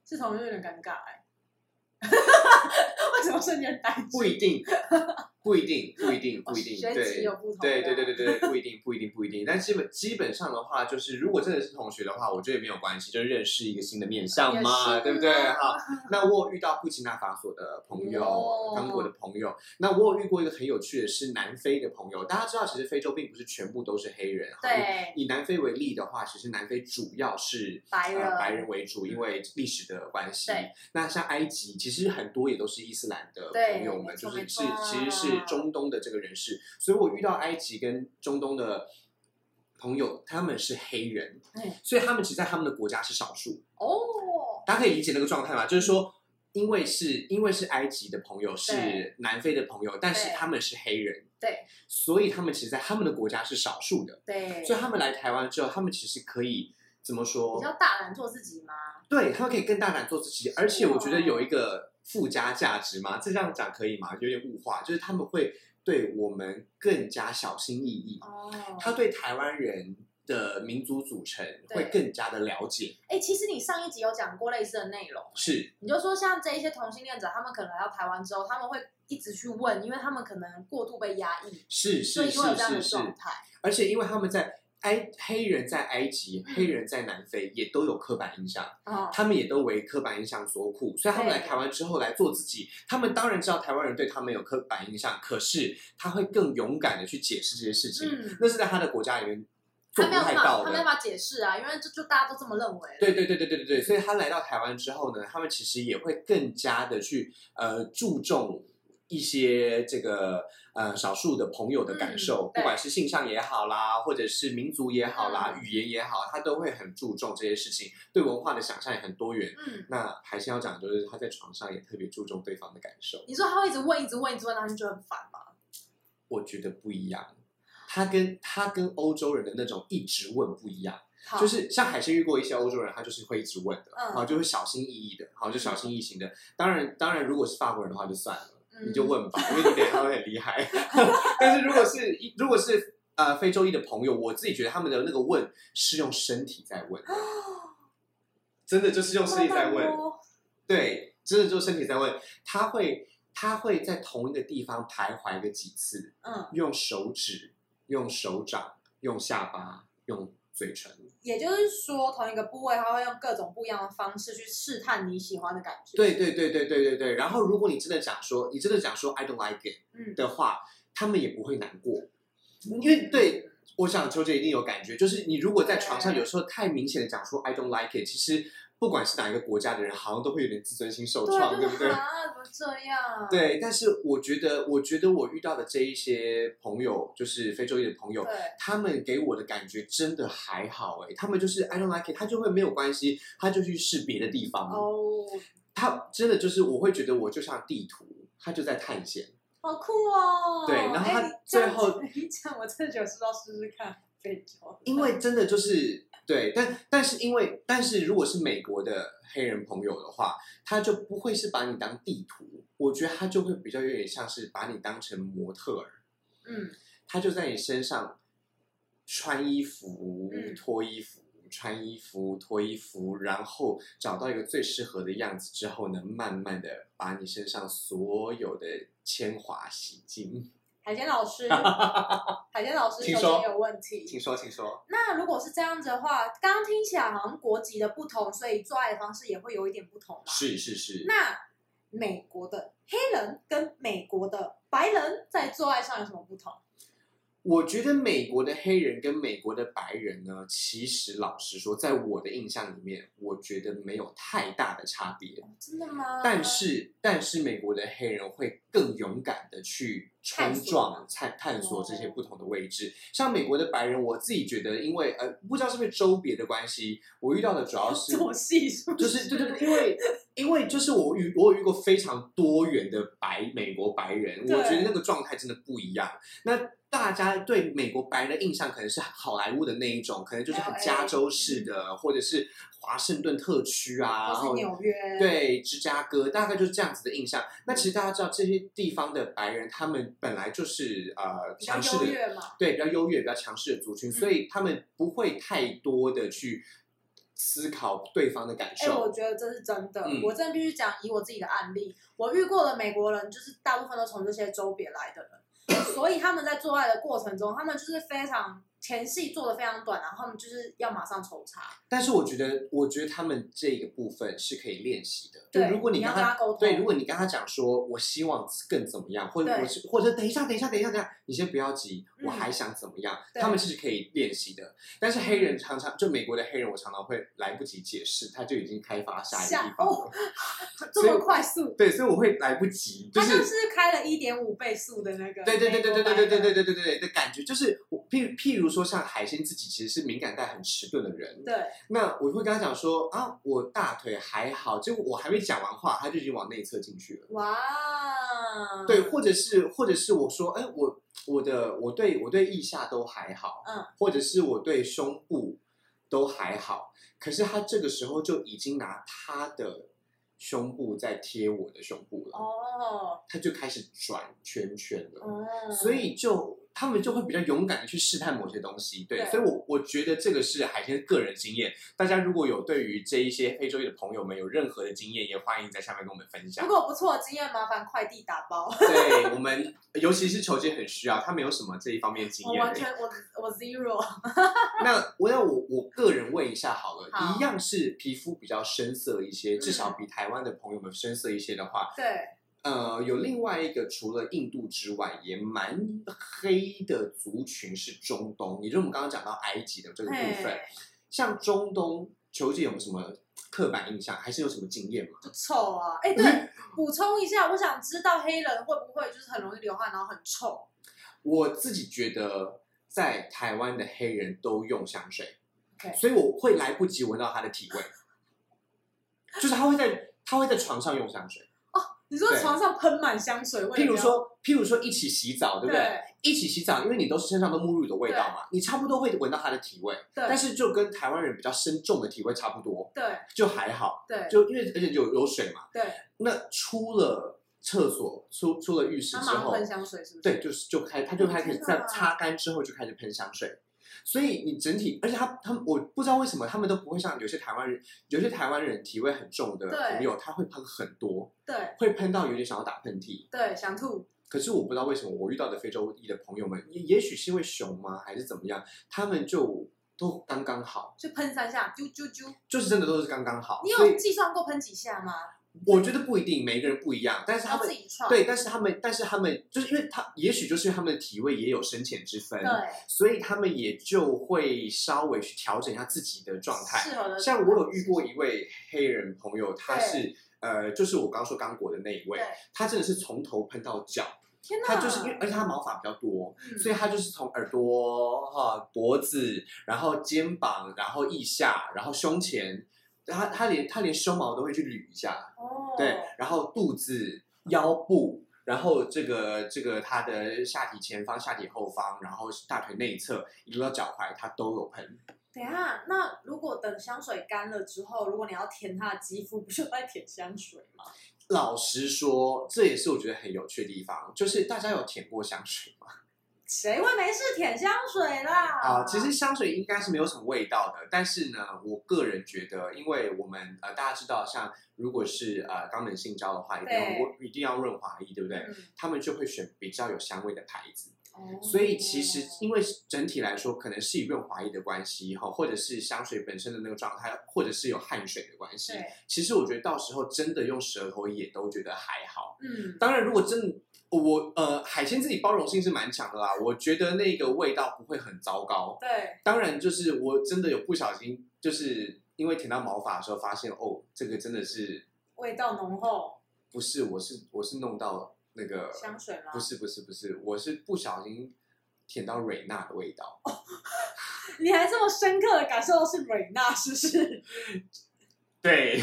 B: 是同学有点尴尬哎、 (laughs) 为什么瞬间呆住？
A: 不一定，不一定，不一定，不一定，
B: 学籍
A: 对
B: 有。不同的
A: 对对对对
B: (laughs)
A: 对，对不一定，不一定，不一定。但基本基本上的话，就是如果真的是同学的话，我觉得没有关系，就认识一个新的面相嘛，
B: 也是
A: 对不对？
B: 啊
A: 哈，那我有遇到布基纳法索的朋友
B: 哦，
A: 刚果的朋友，那我有遇过一个很有趣的是南非的朋友。大家知道，其实非洲并不是全部都是黑人，哈
B: 对
A: 以南非为例的话，其实南非主要是
B: 白人嗯
A: 呃、白人为主，因为历史的关系
B: 对。
A: 那像埃及，其实很多也都是伊斯兰的
B: 对
A: 朋友们，
B: 没
A: 就
B: 错
A: 是
B: 没
A: 是
B: 错啊
A: 其实是中东的这个人士，所以我遇到埃及跟中东的朋友，他们是黑人，
B: 嗯
A: 所以他们其实在他们的国家是少数。
B: 哦，
A: 大家可以理解那个状态吗？就是说，因为是因为是埃及的朋友，是
B: 对
A: 南非的朋友，但是
B: 对
A: 他们是黑人，
B: 对，
A: 所以他们其实，在他们的国家是少数的，
B: 对，
A: 所以他们来台湾之后，他们其实可以怎么
B: 比
A: 说？
B: 较大胆做自己吗？
A: 对他们可以更大胆做自己，而且我觉得有一
B: 啊
A: 个附加价值嘛，这样讲可以吗？有点物化，就是他们会对我们更加小心翼翼，
B: 哦，
A: 他对台湾人的民族组成会
B: 对
A: 更加的了解，
B: 哎、其实你上一集有讲过类似的内容，
A: 是
B: 你就说像这一些同性恋者，他们可能来到台湾之后，他们会一直去问，因为他们可能过度被压抑，
A: 是
B: 所
A: 是
B: 以会有
A: 是
B: 这样
A: 是
B: 的
A: 是，
B: 状态。
A: 而且因为他们在埃黑人在埃及，黑人在南非也都有刻板印象，
B: 哦，
A: 他们也都为刻板印象所苦，所以他们来
B: 对
A: 台湾之后来做自己，他们当然知道台湾人对他们有刻板印象，可是他会更勇敢的去解释这些事情，
B: 嗯，
A: 那是在他的国家里面做
B: 他
A: 不
B: 没有
A: 太
B: 办
A: 到
B: 法，
A: 的。
B: 他没办法解释啊，因为就就大家都这么认为了。
A: 对对对对对对对，所以他来到台湾之后呢，他们其实也会更加的去呃注重一些这个呃少数的朋友的感受，
B: 嗯对
A: 不管是性向也好啦，或者是民族也好啦，
B: 嗯
A: 语言也好，他都会很注重这些事情，对文化的想象也很多元。
B: 嗯，
A: 那还是要讲，就是他在床上也特别注重对方的感受，
B: 你说他会一直问，一直问，一直问，然后你就很烦吗？
A: 我觉得不一样。他跟他跟欧洲人的那种一直问不一样。
B: 好
A: 就是像海鲜遇过一些欧洲人，他就是会一直问的，
B: 嗯
A: 好、就会小心翼翼的，好、就小心翼翼型的。当然，当然，如果是法国人的话就算了，
B: 嗯
A: 你就问吧，因为你等一下会很厉
B: (laughs)
A: 害。 (laughs) 但是如果是如果是呃非洲裔的朋友，我自己觉得他们的那个问是用身体在问，
B: 啊
A: 真的就是用身体在
B: 哦
A: 问，对，真的就是身体在问。他会他会在同一个地方徘徊个几次，
B: 嗯，
A: 用手指、用手掌、用下巴、用嘴唇，
B: 也就是说，同一个部位，他会用各种不一样的方式去试探你喜欢的感觉。，
A: 对对对对对对对。然后如果你真的讲说，你真的讲说 I don't like it。
B: 嗯，
A: 的话，他们也不会难过，因为对，我想秋姐一定有感觉，就是你如果在床上
B: 对
A: 有时候太明显的讲说 I don't like it，其实不管是哪一个国家的人，好像都会有点自尊心受
B: 对啊，
A: 创，
B: 就
A: 对不
B: 是
A: 对？
B: 啊，怎么这样？
A: 对，但是我觉得，我觉得我遇到的这一些朋友，就是非洲裔的朋友，
B: 对，
A: 他们给我的感觉真的还好诶、他们就是 I don't like it，他就会没有关系，他就去试别的地方。
B: 哦，
A: 他真的就是我会觉得我就像地图，他就在探险。
B: 好酷哦！
A: 对然后他
B: 哎你这样
A: 最后
B: 子你讲，我真的觉得是要试试看非洲，
A: 因为真的就是对，但但是因为但是如果是美国的黑人朋友的话，他就不会是把你当地图，我觉得他就会比较有点像是把你当成模特儿，
B: 嗯，
A: 他就在你身上穿衣服
B: 嗯、
A: 脱衣服、穿衣服、脱衣服，然后找到一个最适合的样子之后呢，慢慢的把你身上所有的铅华洗净。
B: 海鲜老
A: (laughs)
B: 师，海鲜老师
A: 请
B: 首
A: 说
B: 先有问题，
A: 请说，请说。
B: 那如果是这样子的话，刚刚听起来好像国籍的不同，所以做爱的方式也会有一点不同嘛。
A: 是是是。
B: 那美国的黑人跟美国的白人在做爱上有什么不同？
A: 我觉得美国的黑人跟美国的白人呢，其实老实说，在我的印象里面，我觉得没有太大的差别。
B: 真的吗？
A: 但是，但是美国的黑人会更勇敢的去冲撞、探探索这些
B: 哦
A: 不同的位置。像美国的白人，我自己觉得，因为呃，不知道是不是州别的关系，我遇到的主要是
B: 这种戏是不
A: 就是对对对，因为因为就是我遇我有遇过非常多元的白美国白人，我
B: 对
A: 觉得那个状态真的不一样。那大家对美国白人的印象可能是好莱坞的那一种，可能就是很
B: LA
A: 加州
B: 嗯
A: 式的，或者是华盛顿特区啊，然
B: 或是
A: 后
B: 纽约，，
A: 对芝加哥，大概就是这样子的印象。那
B: 嗯
A: 其实大家知道，这些地方的白人他们本来就是呃
B: 比较
A: 强势
B: 优
A: 的
B: 越嗯嘛。
A: 对比较优越、比较强势的族群，所以他们不会太多的去思考对方的感
B: 哎、
A: 受。
B: 我觉得这是真的。
A: 嗯
B: 我真的必须讲，以我自己的案例，我遇过的美国人，就是大部分都从这些州别来的人，所以他们在做爱的过程中，他们就是非常前戏做的非常短，然后他们就是要马上抽查。
A: 但是我觉得，我觉得他们这个部分是可以练习的。
B: 对
A: 就如果
B: 你
A: 跟
B: 要跟他沟通
A: 对，如果你跟他讲说，我希望更怎么样，或者
B: 对
A: 我是或者等一下，等一下，等一下，等一下，你先不要急，
B: 嗯
A: 我还想怎么样，
B: 对嗯
A: 他们是可以练习的。但是黑人常常就美国的黑人，我常常会来不及解释，他就已经开发下一个地方
B: 哦
A: 了。
B: 这么快速，
A: (laughs) 对，所以我会来不及，就
B: 他就是是开了一点五倍速的那个。
A: 对对对对对对对对对
B: 对
A: 对对对的感觉，就是我譬譬如说，像海鲜自己其实是敏感带很迟钝的人，
B: 对，
A: 那我会跟他讲说啊，我大腿还好，结果我还没讲完话，他就已经往内侧进去了。
B: 哇，
A: 对，或者是或者是我说，哎，我我的我对我对腋下都还好，
B: 嗯，
A: 或者是我对胸部都还好，可是他这个时候就已经拿他的胸部在贴我的胸部了，
B: 哦
A: 他就开始转圈圈了。
B: 哦，
A: 所以就他们就会比较勇敢的去试探某些东西，对，
B: 对
A: 所以我我觉得这个是海鲜个人经验。大家如果有对于这一些非洲裔的朋友们有任何的经验，也欢迎在下面跟我们分享
B: 如。果有不错的经验，麻烦快递打包。
A: 对我们，尤其是球姐很需要，她没有什么这一方面经
B: 我
A: 验
B: 完
A: 的。
B: 全我我
A: (laughs)
B: zero，
A: 那我要我我个人问一下好了，
B: 好
A: 一样是皮肤比较深色一些，
B: 嗯
A: 至少比台湾的朋友们深色一些的话，
B: 对，
A: 呃，有另外一个除了印度之外也蛮黑的族群是中东，也就是我们刚刚讲到埃及的这个部分
B: 嘿。
A: 像中东，球姐有没有什么刻板印象，还是有什么经验吗？
B: 就臭啊！哎、对，
A: 嗯
B: 补充一下，我想知道黑人会不会就是很容易流汗，然后很臭？
A: 我自己觉得，在台湾的黑人都用香水
B: OK
A: 所以我会来不及闻到他的体
B: (laughs)
A: 味，就是他会在他会在床上用香水，
B: 你说
A: 对
B: 床上喷满香水味，
A: 譬如说譬如说一起洗澡，对
B: 对
A: 不对？一起洗澡，因为你都是身上都沐浴的味道嘛，你差不多会闻到他的体味。
B: 对
A: 但是就跟台湾人比较深重的体味差不多，
B: 对
A: 就还好，
B: 对
A: 就因为而且有有水嘛。
B: 对，
A: 那出了厕所出出了浴室
B: 他
A: 之
B: 马上
A: 后，
B: 喷香水是不是？
A: 对，就是就开，他就开始
B: 天
A: 在
B: 哪
A: 擦干之后就开始喷香水，所以你整体，而且他他们我不知道为什么他们都不会像有些台湾人，有些台湾人体味很重的
B: 对
A: 朋友，他会喷很多，
B: 对
A: 会喷到有点想要打喷嚏。
B: 对，想吐。
A: 可是我不知道为什么我遇到的非洲裔的朋友们，也也许是因为熊吗，还是怎么样，他们就都刚刚好，
B: 就喷三下，啾啾啾！
A: 就是真的都是刚刚好。
B: 你
A: 所
B: 有
A: 以
B: 计算过喷几下吗？
A: 我觉得不一定，每个人不一样，但是他
B: 他
A: 们
B: 哦自己创。
A: 对，但是他们，但是他们就是因为他，也许就是因为他们的体味也有深浅之分，
B: 对，
A: 所以他们也就会稍微去调整一下自己的状态。
B: 适合的。
A: 像我有遇过一位黑人朋友，他是呃，就是我刚说刚果的那一位
B: 对，
A: 他真的是从头喷到脚，
B: 天哪！
A: 他就是因为而且他毛发比较多，
B: 嗯
A: 所以他就是从耳朵哈、脖子，然后肩膀，然后腋下，然后胸前，他他连他连胸毛都会去捋一下，
B: 哦，
A: 对，然后肚子、腰部，然后这个这个他的下体前方、下体后方，然后大腿内侧一路到脚踝，他都有喷。
B: 等一下，那如果等香水干了之后，如果你要舔它的肌肤，不就在舔香水吗？
A: 老实说，这也是我觉得很有趣的地方，就是大家有舔过香水吗？
B: 谁会没事舔香水啦？嗯
A: 啊、其实香水应该是没有什么味道的，但是呢，我个人觉得，因为我们呃大家知道，像如果是呃肛门性交的话，一定要
B: 对
A: 润一定要润滑液，对不对？
B: 嗯，
A: 他们就会选比较有香味的牌子。
B: 哦
A: 所以其实因为整体来说，可能是以润滑液的关系哈，或者是香水本身的那个状态，或者是有汗水的关系。
B: 对，
A: 其实我觉得到时候真的用舌头也都觉得还好。
B: 嗯，
A: 当然，如果真的我呃海鲜自己包容性是蛮强的啦，我觉得那个味道不会很糟糕。
B: 对，
A: 当然，就是我真的有不小心，就是因为舔到毛发的时候，发现哦，这个真的是
B: 味道浓厚，
A: 不是我是我是弄到那个
B: 香水吗？
A: 呃不，是不是不是，我是不小心舔到蕊娜的味
B: (laughs)
A: 道。
B: 你还这么深刻的感受到是蕊娜，是不是？
A: 对，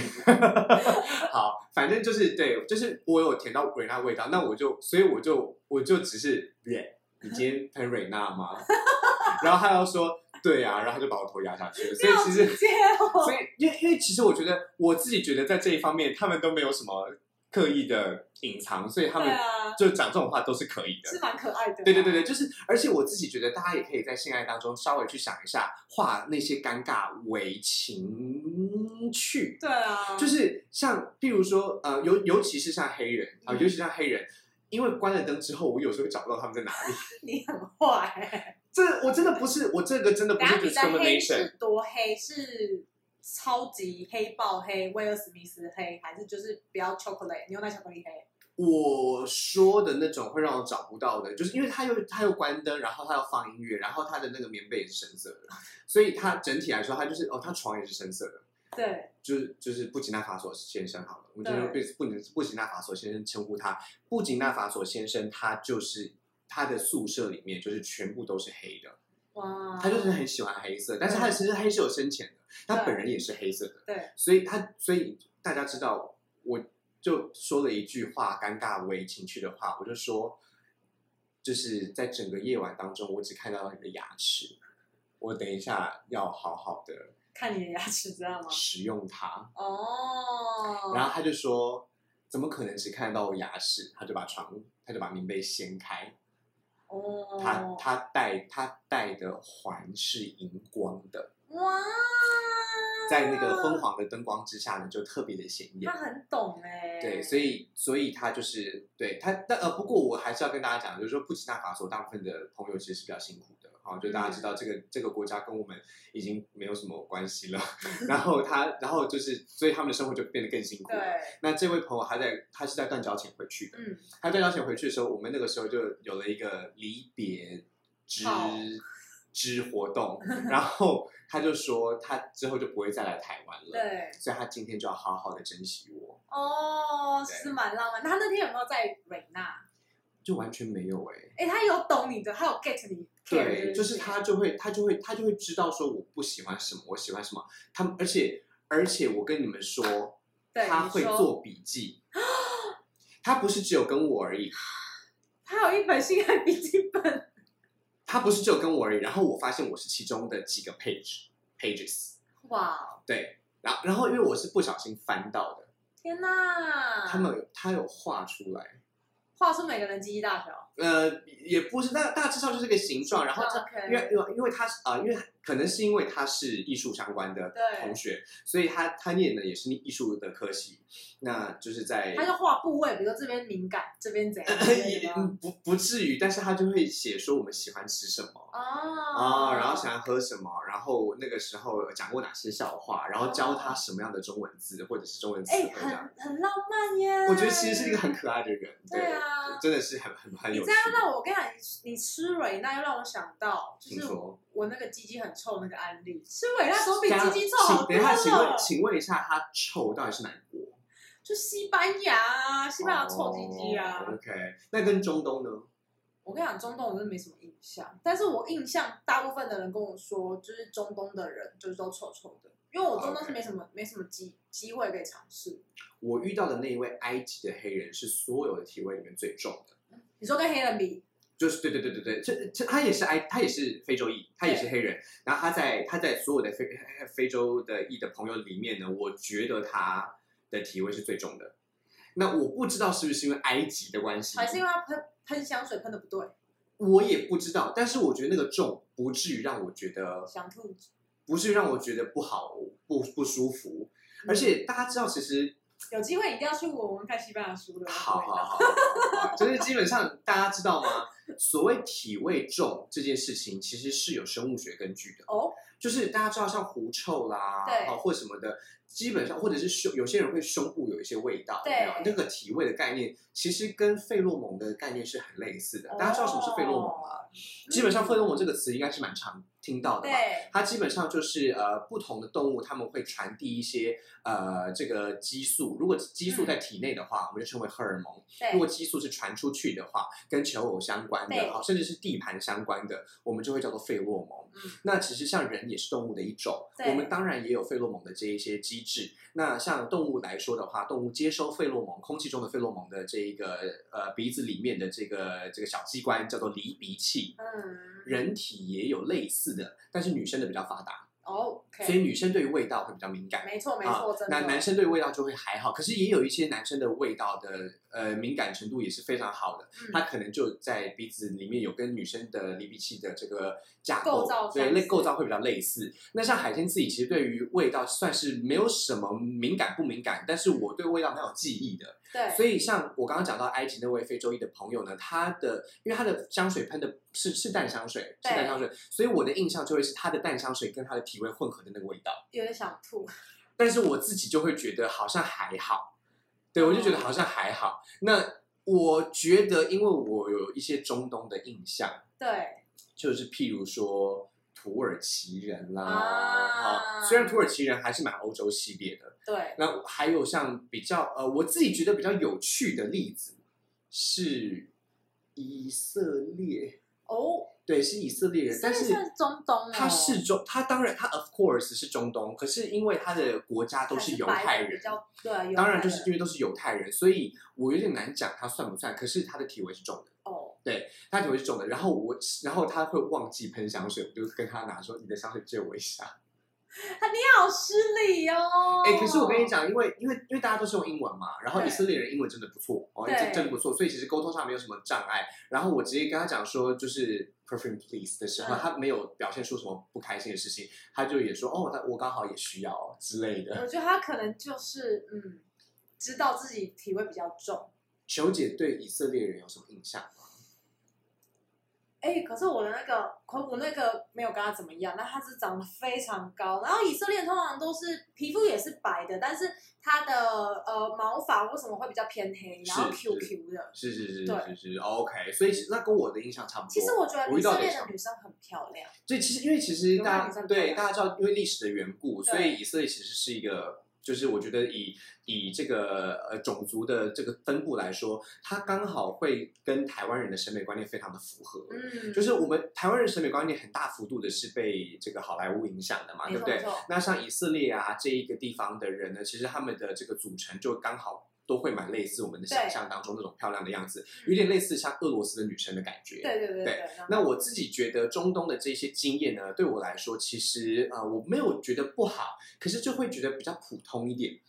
A: 好，反正就是对，就是我有舔到蕊娜味道，那我就所以我就我就只是耶，你今
B: (laughs)
A: 天喷蕊娜吗？ (laughs) 然后他又说对啊，然后他就把我头压下去了。所以其实，
B: 直接
A: 所
B: 哦，
A: 以因为因为其实我觉得我自己觉得在这一方面他们都没有什么刻意的隐藏，所以他
B: 对
A: 们
B: 啊，
A: 就讲这种话都是可以的。
B: 是蛮可爱的，
A: 对对对，对，就是，而且我自己觉得，大家也可以在性爱当中稍微去想一下，化那些尴尬为情趣，
B: 对啊，
A: 就是像，譬如说，呃，尤尤其是像黑人啊、
B: 嗯
A: 尤其像黑人，因为关了灯之后，我有时候会找不到他们在哪里。
B: 你很坏。
A: 这我真的不是，我这个真的不
B: 等下
A: 是
B: 你的黑
A: discrimination，
B: 是多黑？是超级黑爆黑，威尔史密斯黑，还是就是比较 chocolate 牛奶巧克力黑？
A: 我说的那种会让我找不到的，就是因为他又他又关灯，然后他要放音乐，然后他的那个棉被也是深色的，所以他整体来说，他就是哦，他床也是深色的。
B: 对，
A: 就是就是布吉纳法索先生好了，我们就用
B: 对
A: 布布吉布吉纳法索先生称呼他。布吉纳法索先生他就是他的宿舍里面就是全部都是黑的，
B: 哇，
A: 他就是很喜欢黑色，但是他的其实黑是有深浅的，他
B: 哦对
A: 本人也是黑色的，
B: 对，
A: 所以他所以大家知道，我就说了一句话尴尬为情趣的话，我就说，就是在整个夜晚当中，我只看到了你的牙齿，我等一下要好好
B: 哦
A: 的
B: 看你的牙齿，知道吗？
A: 使用它。
B: 哦，
A: 然后他就说：“怎么可能只看得到我牙齿？”他就把床，他就把棉被掀开。
B: 哦，
A: 他他戴他戴的环是荧光的，
B: 哇，
A: 在那
B: 啊
A: 个昏，黄的灯光之下呢，就特别的显眼
B: 他。很懂哎，
A: 对，所
B: 以
A: 以所以他就是对他，但呃，不过我还是要跟大家讲，就是说布吉纳法索大部分的朋友其实是比较辛苦的，好、就大家
B: 嗯
A: 知道这个、这个国家跟我们已经没有什么关系了， (laughs) 然后他然后就是，所以他们的生活就变得更辛苦了。
B: 对，
A: 那这位朋友他在他是在断交前回去的，
B: 嗯，
A: 他断交前回去的时候，我们那个时候就有了一个离别之
B: 好
A: 之活动，然后他就说他之后就不会再来台湾了，
B: 对，
A: 所以他今天就要好好的珍惜我，
B: 哦，
A: 对
B: 是蛮浪漫。那他那天有没有在蕊娜？
A: 就完全没有哎、
B: 哎，他有懂你的，他有 get 你 care 这件事情，
A: 对，就是他就会他就会他就会知道说我不喜欢什么，我喜欢什么，他们而且而且我跟你们说，
B: 对
A: 他
B: 你
A: 会
B: 说
A: 做笔
B: (laughs)
A: 记，他不是只有跟我而已，
B: 他有一本性爱笔记本，
A: 他不是只有跟我而已，然后我发现我是其中的几个 page pages。
B: 哇，哦
A: 对，然后然后因为我是不小心翻到的，
B: 天哪！
A: 他们有他有画出来。
B: 画出每个人鸡鸡大小，
A: 呃，也不是，大大致上就是这个形状。然后它
B: OK
A: 因为因为因为他是啊、因为可能是因为他是艺术相关的
B: 对
A: 同学，所以他他念的也是艺术的科系，那就是在
B: 他就画部位，比如说这边敏感，这边怎
A: (laughs)
B: 样之类
A: 也
B: 的吗。
A: 不不至于，但是他就会写说我们喜欢吃什么。
B: 啊
A: 啊，然后想要喝什么，然后那个时候讲过哪些笑话，然后教他什么样的中文字或者是中文词
B: 哎、
A: 汇啊这样。
B: 很很浪漫耶！
A: 我觉得其实是一个很可爱的人，对，
B: 对啊
A: 真的是很很很
B: 你
A: 有
B: 这
A: 趣。
B: 样让我跟你讲，你你吃蕊娜又让我想到，就
A: 听
B: 是
A: 说
B: 我那个鸡鸡很臭那个案例，吃蕊娜总比鸡鸡臭好
A: 请
B: 多
A: 等一下，请问
B: 了。
A: 请问一下，他臭到底是哪一国？
B: 就西班牙啊，西班牙臭鸡鸡啊。
A: 哦 OK，那跟中东呢？
B: 我跟你讲，中东我真的没什么印象，但是我印象大部分的人跟我说，就是中东的人就是都臭臭的，因为我中东
A: OK
B: 是没什么没什么机机会可以尝试。
A: 我遇到的那一位埃及的黑人是所有的体味里面最重的，
B: 你说跟黑人比，
A: 就是对对对对对，这这他也是埃，他也是非洲裔，他也是黑人。然后他在他在所有的非 (laughs) 非洲的裔的朋友里面呢，我觉得他的体味是最重的。那我不知道是不是因为埃及的关系，
B: 还是因为他喷喷香水喷的不对，
A: 我也不知道，但是我觉得那个重不至于让我觉得
B: 想吐。
A: 不是让我觉得不好、不不舒服。而且大家知道，其实
B: 嗯有机会一定要去闻闻看西班牙书的。
A: 好好好，就是基本上大家知道吗？所谓体味重这件事情，其实是有生物学根据的。
B: 哦，
A: 就是大家知道像狐臭啦，
B: 对
A: 哦或什么的，基本上或者是胸，有些人会胸部有一些味道，
B: 对
A: 有没有那个体味的概念，其实跟费洛蒙的概念是很类似的。大家知道什么是费洛蒙吗？
B: 哦
A: 基本上费洛蒙这个词应该是蛮常听到的吧？
B: 嗯对，
A: 它基本上就是呃，不同的动物它们会传递一些呃这个激素。如果激素在体内的话，我们就称为荷尔蒙；
B: 嗯对，
A: 如果激素是传出去的话，跟求偶相关
B: 对
A: 的，好，甚至是地盘相关的，我们就会叫做费洛蒙。
B: 嗯
A: 那其实像人也是动物的一种，
B: 对
A: 我们当然也有费洛蒙的这一些机制。那像动物来说的话，动物接收费洛蒙，空气中的费洛蒙的这一个呃鼻子里面的这个这个小器官叫做离鼻器。
B: 嗯，
A: 人体也有类似的，但是女生的比较发达，
B: 哦
A: 所以
B: ，OK，
A: 女生对于味道会比较敏感。
B: 没错没
A: 啊
B: 错，真
A: 那
B: 的。
A: 男生对味道就会还好，可是也有一些男生的味道的呃敏感程度也是非常好的，
B: 嗯
A: 他可能就在鼻子里面有跟女生的离鼻器的这个架
B: 构
A: 构，
B: 造
A: 对
B: 相
A: 类
B: 似
A: 构造会比较类似。那像海鲜自己其实对于味道算是没有什么敏感不敏感，但是我对味道蛮有记忆的，
B: 对，
A: 所以像我刚刚讲到埃及那位非洲裔的朋友呢，他的因为他的香水喷的是是淡香水，是
B: 对
A: 淡香水，所以我的印象就会是他的淡香水跟他的体味混合的那个味道。
B: 有点想吐。
A: 但是我自己就会觉得好像还好，对我就觉得好像还好。那我觉得，因为我有一些中东的印象，
B: 对，
A: 就是譬如说土耳其人啦，
B: 啊
A: 啊虽然土耳其人还是蛮欧洲系列的，
B: 对，
A: 那还有像比较呃，我自己觉得比较有趣的例子是以色列，
B: 哦，
A: 对，是以色列人，但是
B: 算中东哦，
A: 他是中，他当然他 of course 是中东，可是因为他的国家都
B: 还
A: 是
B: 是
A: 犹
B: 白
A: 太
B: 人比较对，犹
A: 当然
B: 太
A: 就是
B: 人
A: 因为都是犹太人，所以我有点难讲他算不算。可是他的体味是重的，
B: 哦，
A: 他体味是重的。然后我，然后他会忘记喷香水，我就跟他拿说：“你的香水借我一下。
B: 你好失礼哦。
A: 哎、可是我跟你，讲，因为因为因为大家都是用英文嘛，然后
B: 对
A: 以色列人英文真的不错哦，
B: 对
A: 真真的不错，所以其实沟通上没有什么障碍。然后我直接跟他讲说，就是 perfume please 的时候，
B: 嗯
A: 他没有表现出什么不开心的事情，他就也说：“哦，他我刚好也需要哦之类的。”
B: 我觉得他可能就是嗯，知道自己体味比较重。
A: 球姐对以色列人有什么印象吗？
B: 哎、可是我的那个口补那个没有跟他怎么样，那他是长得非常高，然后以色列通常都是皮肤也是白的，但是他的呃毛发为什么会比较偏黑，然后
A: 是是
B: QQ 的？
A: 是是是
B: 对
A: 是是，OK，所以其实那跟我的印象差不多。
B: 其实我觉得
A: 我
B: 以
A: 遇到
B: 色
A: 的也
B: 列
A: 差不
B: 的
A: 多，
B: 女生很漂亮，
A: 所以其实因为其实大
B: 有
A: 家
B: 啊
A: 对
B: 有啊
A: 大家知道，因为历史的缘故，
B: 对
A: 所以以色列其实是一个，就是我觉得以以这个呃种族的这个分布来说，它刚好会跟台湾人的审美观念非常的符合。
B: 嗯，
A: 就是我们台湾人审美观念很大幅度的是被这个好莱坞影响的嘛，
B: 没
A: 对
B: 错
A: 不
B: 没
A: 对？
B: 错，
A: 那像以色列啊这一个地方的人呢，其实他们的这个组成就刚好都会蛮类似我们的想象当中那种漂亮的样子，有点类似像俄罗斯的女生的感觉。
B: 对对对
A: 对
B: 对。
A: 那我自己觉得中东的这些经验呢，对我来说，其实啊、呃我没有觉得不好，可是就会觉得比较普通一点。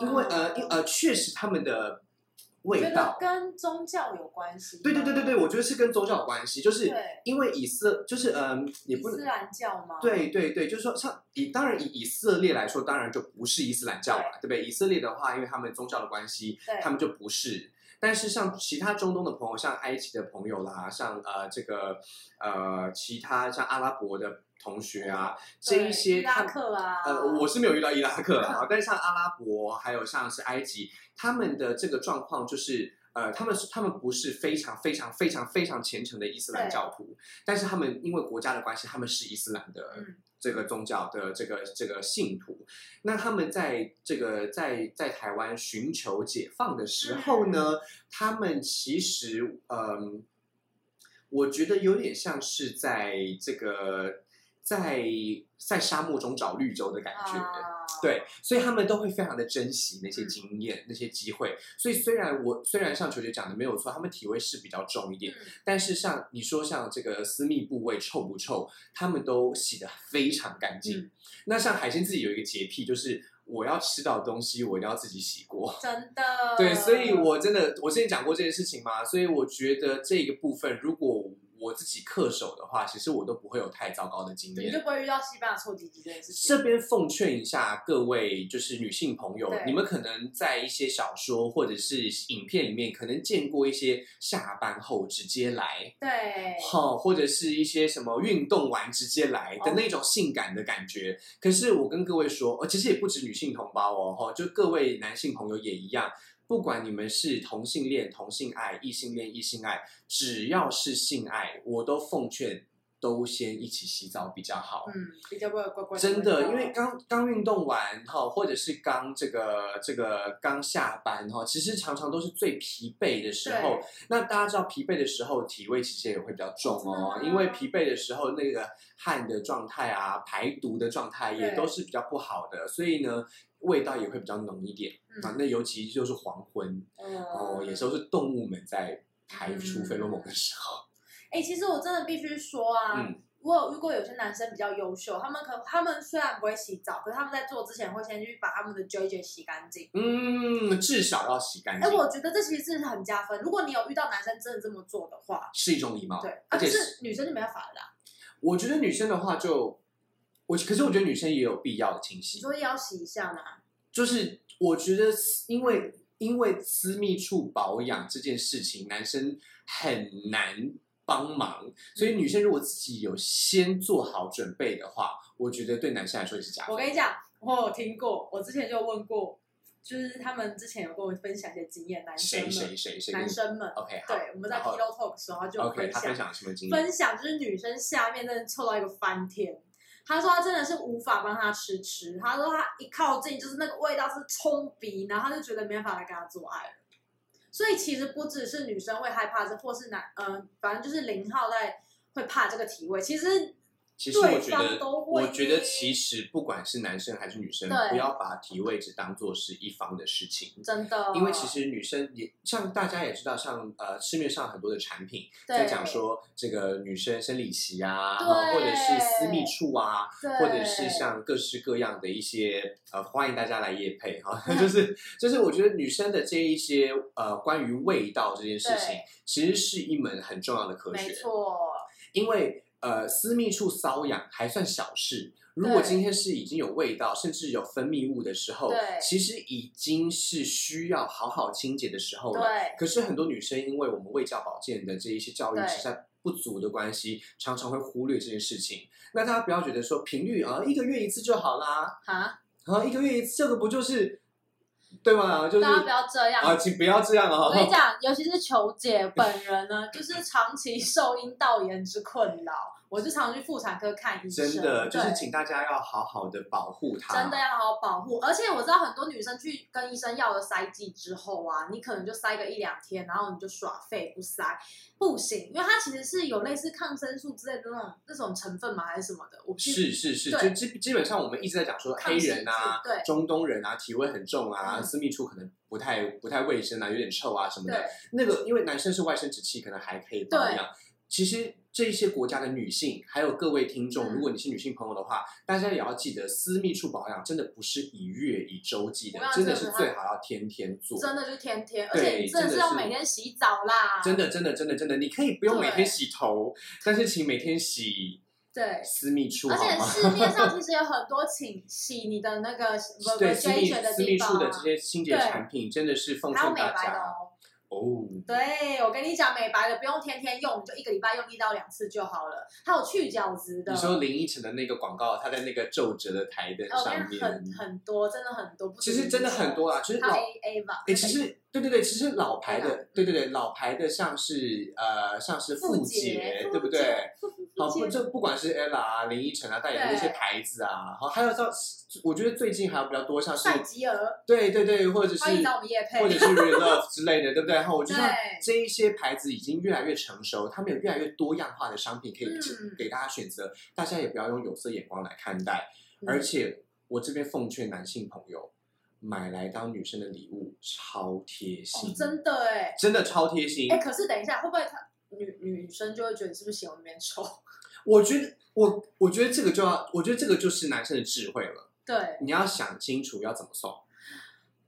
A: 因为
B: 嗯
A: 呃，因呃，确实他们的
B: 觉
A: 味
B: 得
A: 道，
B: 跟宗教有关系吗。
A: 对对对对对，我觉得是跟宗教有关系，就是
B: 对
A: 因为以色就是嗯、也
B: 伊
A: 不能
B: 斯兰教吗？，
A: 对对对，就是说像以当然以以色列来说，当然就不是伊斯兰教了，对不对？以色列的话，因为他们宗教的关系，
B: 对
A: 他们就不是。但是像其他中东的朋友，像埃及的朋友啦，像呃这个呃其他像阿拉伯的同学啊，这
B: 对
A: 一些
B: 伊拉
A: 他
B: 克啊，
A: 呃，我是没有遇到伊拉克啦，但是像阿拉伯，还有像是埃及，他们的这个状况就是，呃，他们他们不是非常非常非常非常虔诚的伊斯兰教徒，但是他们因为国家的关系，他们是伊斯兰的
B: 嗯，
A: 这个宗教的这个这个信徒。那他们在这个在在台湾寻求解放的时候呢，他们其实嗯、我觉得有点像是在这个在在沙漠中找绿洲的感觉。
B: 啊，嗯
A: 对，所以他们都会非常的珍惜那些经验、那些机会。所以虽然我虽然像球姐讲的没有错，他们体味是比较重一点，
B: 嗯，
A: 但是像你说像这个私密部位臭不臭，他们都洗得非常干净。
B: 嗯
A: 那像海鲜自己有一个洁癖，就是我要吃到的东西，我一定要自己洗过。
B: 真的。
A: 对，所
B: 嗯
A: 以我真的我之前讲过这件事情嘛，所以我觉得这个部分如果我自己恪守的话，其实我都不会有太糟糕的经
B: 对你
A: 验
B: 就。不会遇到西班牙臭鸡鸡这件事情。
A: 这边奉劝一下各位，就是女性朋友
B: 对，
A: 你们可能在一些小说或者是影片里面，可能见过一些下班后直接来，
B: 对，
A: 哈、或者是一些什么运动完直接来
B: 哦
A: 的那种性感的感觉。可是我跟各位说，哦，其实也不止女性同胞哦，哈、就各位男性朋友也一样。不管你们是同性恋、同性爱、异性恋、异性爱，只要是性爱，我都奉劝都先一起洗澡比较好。
B: 嗯，比较不会有怪怪
A: 真
B: 味
A: 的，
B: 道
A: 因为刚刚运动完哈，或者是刚这个这个刚下班哈，其实常常都是最疲惫的时候。那大家知道疲惫的时候，体味其实也会比较重哦，
B: 真的吗
A: 因为疲惫的时候那个汗的状态啊、排毒的状态也
B: 对
A: 都是比较不好的，所以呢，味道也会比较浓一点啊。
B: 嗯
A: 那尤其就是黄昏哦，也都是动物们在
B: 嗯
A: 排出费洛蒙的时候，
B: 哎、其实我真的必须说啊，
A: 嗯
B: 我有遇过有些男生比较优秀，他们可他们虽然不会洗澡，可是他们在做之前会先去把他们的 J J 洗干净。
A: 嗯，至少要洗干
B: 哎、
A: 净，
B: 我觉得这其实是很加分。如果你有遇到男生真的这么做的话，
A: 是一种礼貌，
B: 对，啊，
A: 而
B: 可
A: 且
B: 是女生就没办法了啦。
A: 我觉得女生的话就，我可是我觉得女生也有必要的清
B: 你
A: 洗，
B: 说也要洗一下嘛？
A: 就是我觉得因为因为私密处保养这件事情，男生很难帮忙，所以女生如果自己有先做好准备的话，我觉得对男生来说也是加
B: 我
A: 分。
B: 跟你讲，我有听过，我之前就问过，就是他们之前有跟我分享一些经验，男生
A: 谁
B: 们，
A: 谁谁谁跟
B: 男生们，
A: ？OK，好
B: 对，我们在
A: 然后
B: Pillow Talk 的时候他就有
A: ，OK，
B: 分
A: 他
B: 享。
A: 分享什么经验？
B: 分享就是女生下面真的臭到一个翻天。她说她真的是无法帮她吃吃，她说她一靠近就是那个味道是冲鼻，然后她就觉得没办法来跟她做爱了。所以其实不只是女生会害怕这，或是男，嗯、反正就是零号在会怕这个体味。其实
A: 其实我
B: 对
A: 觉
B: 方
A: 得，
B: 都会
A: 我觉得其实不管是男生还是女生，
B: 对嗯
A: 不要把体位只当做是一方的事情。
B: 真的，
A: 因为其实女生也像大家也知道，像呃市面上很多的产品在
B: 对
A: 讲说这个女生生理期啊，
B: 对
A: 或者是私密处啊，
B: 对
A: 或者是像各式各样的一些呃，欢迎大家来夜配
B: (laughs)
A: 哈，就是就是我觉得女生的这一些呃关于味道这件事情
B: 对，
A: 其实是一门很重要的科
B: 没
A: 学，
B: 错，
A: 因为呃私密处瘙痒还算小事。如果
B: 对
A: 今天是已经有味道，甚至有分泌物的时候
B: 对，
A: 其实已经是需要好好清洁的时候了。
B: 对，
A: 可是很多女生因为我们卫教保健的这一些教育
B: 对
A: 实在不足的关系，常常会忽略这件事情。那大家不要觉得说频率啊、一个月一次就好啦，
B: 啊，
A: 啊一个月一次，这个不就是对吗？就是
B: 大家不要这样，
A: 啊，请不要这样
B: 我跟你
A: 哦。
B: 讲，尤其是球姐本人呢， (laughs) 就是长期受阴道炎之困扰，我就常去妇产科看医生，
A: 真的，就是
B: 对
A: 请大家要好好的保护它。
B: 真的要好好保护。而且我知道很多女生去跟医生要了塞剂之后啊，你可能就塞个一两天，然后你就耍废不塞，不行，因为它其实是有类似抗生素之类的那种那种成分嘛，还是什么的，我不
A: 是是是，就
B: 对
A: 基基本上我们一直在讲说
B: 抗
A: 黑人啊
B: 细菌、对
A: 中东人啊，体味很重啊，
B: 嗯
A: 私密处可能不太不太卫生啊，有点臭啊什么的
B: 对。
A: 那个因为男生是外生殖器，可能还可以保养。其实这些国家的女性，还有各位听众，
B: 嗯
A: 如果你是女性朋友的话，大家也要记得，私密处保养真的不是一月一周记的
B: 我要，
A: 真的
B: 这
A: 是
B: 个
A: 最好要天天做。
B: 真的就天天，而
A: 对
B: 且你真的是
A: 真的
B: 要
A: 是
B: 每天洗澡啦，
A: 真的，真的，真的，真的，你可以不用每
B: 对
A: 天洗头，但是请每天洗
B: 对。
A: 私密处
B: 而
A: 好
B: 且
A: 吗？
B: 市面上其实有很
A: (laughs)
B: 多请洗你的那个
A: 对私密
B: virgin 的
A: 私
B: 地
A: 密
B: 方
A: 处的
B: 啊
A: 这，些清洁
B: 对
A: 产品，真的是奉
B: 还
A: 劝
B: 有美
A: 大
B: 白的
A: 家
B: 哦。
A: 哦。
B: 对，我跟你讲，美白的不用天天用，你就一个礼拜用一到两次就好了。还有去角质的，
A: 你说林依晨的那个广告，它在那个皱褶的台灯
B: 哎我
A: 上
B: 跟你讲很
A: 面，
B: 很多，真的很多，不止
A: 其实真的很多啦，啊其实
B: 林依
A: 老
B: 晨。还有 A A 吧，
A: 哎、其实对对对，其实老牌
B: 对啊
A: 的，对对对，老牌的像是呃，像是
B: 复
A: 洁
B: 洁，
A: 对不对？好，
B: 复
A: 不
B: 洁
A: 就不管是 ella 啊、林依晨啊代言的那些
B: 对
A: 牌子啊，好，还有到我觉得最近还有比较多像是
B: 赛吉尔，
A: 对对对，或者是
B: 欢迎找我们叶佩
A: 或者是 Relove 之类的，对不对？然后我就像
B: 对
A: 这一些牌子已经越来越成熟，他们有越来越多样化的商品可以
B: 嗯
A: 给大家选择，大家也不要用有色眼光来看待。
B: 嗯
A: 而且我这边奉劝男性朋友，买来当女生的礼物超贴
B: 哦
A: 心，
B: 真的哎
A: 真的超贴心
B: 哎，。可是等一下，会不会他女女生就会觉得你是不是嫌我那边丑？ (laughs)
A: 我觉得我我觉得这个就要，我觉得这个就是男生的智慧了。
B: 对，
A: 你要想清楚要怎么送。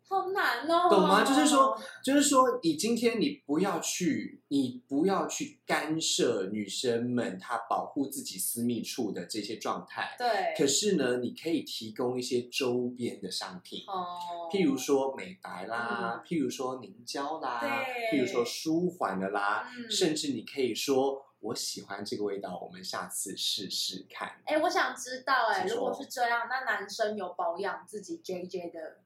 B: 好难哦，
A: 懂吗？就是说，就是说，你今天你不要去，你不要去干涉女生们她保护自己私密处的这些状态。
B: 对，
A: 可是呢，你可以提供一些周边的商品，
B: 哦，嗯
A: 譬如说美白啦，譬如说凝胶啦，
B: 对
A: 譬如说舒缓的啦，
B: 嗯
A: 甚至你可以说我喜欢这个味道，我们下次试试看。
B: 哎、我想知道、哎，
A: 请
B: 如
A: 说
B: 果是这样，那男生有保养自己 JJ 的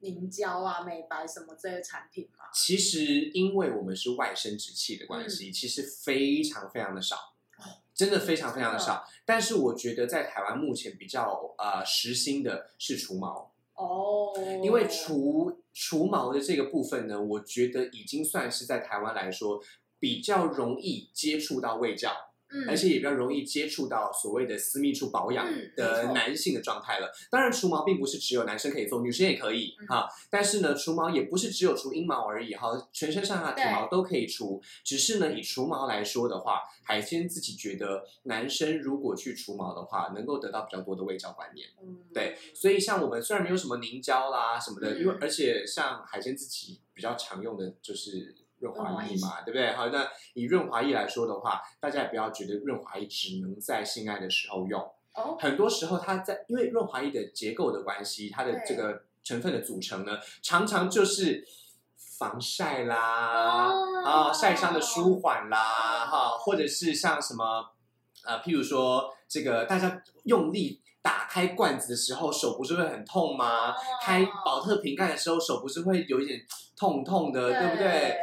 B: 凝胶啊、美白什么这些产品吗？
A: 其实，因为我们是外生殖器的关系，其实非常非常的少，哦真的非常非常的哦少。但是我觉得在台湾目前比较呃实行的是除毛，
B: 哦，
A: 因为除除毛的这个部分呢，我觉得已经算是在台湾来说比较容易接触到味觉。
B: 嗯，
A: 而且也比较容易接触到所谓的私密处保养
B: 嗯没
A: 的
B: 错
A: 男性的状态了。当然，除毛并不是只有男生可以做，女生也可以
B: 嗯
A: 哈、但是呢，除毛也不是只有除阴毛而已哈，全身上下体
B: 对
A: 毛都可以除。只是呢，以除毛来说的话，海鲜自己觉得男生如果去除毛的话，能够得到比较多的味觉观念。
B: 嗯
A: 对，所以像我们虽然没有什么凝胶啦什么的，
B: 嗯
A: 因为而且像海鲜自己比较常用的就是润滑液嘛，对不对？好，那以润滑液来说的话，大家也不要觉得润滑液只能在性爱的时候用，
B: 哦，
A: 很多时候它在因为润滑液的结构的关系，它的
B: 对
A: 这个成分的组成呢，常常就是防晒
B: 哦
A: 啦。啊、晒伤的舒缓啦，哈，或者是像什么，呃，譬如说这个大家用力打开罐子的时候，手不是会很痛
B: 哦
A: 吗？啊开保特瓶盖的时候，手不是会有一点痛痛的，对不对？？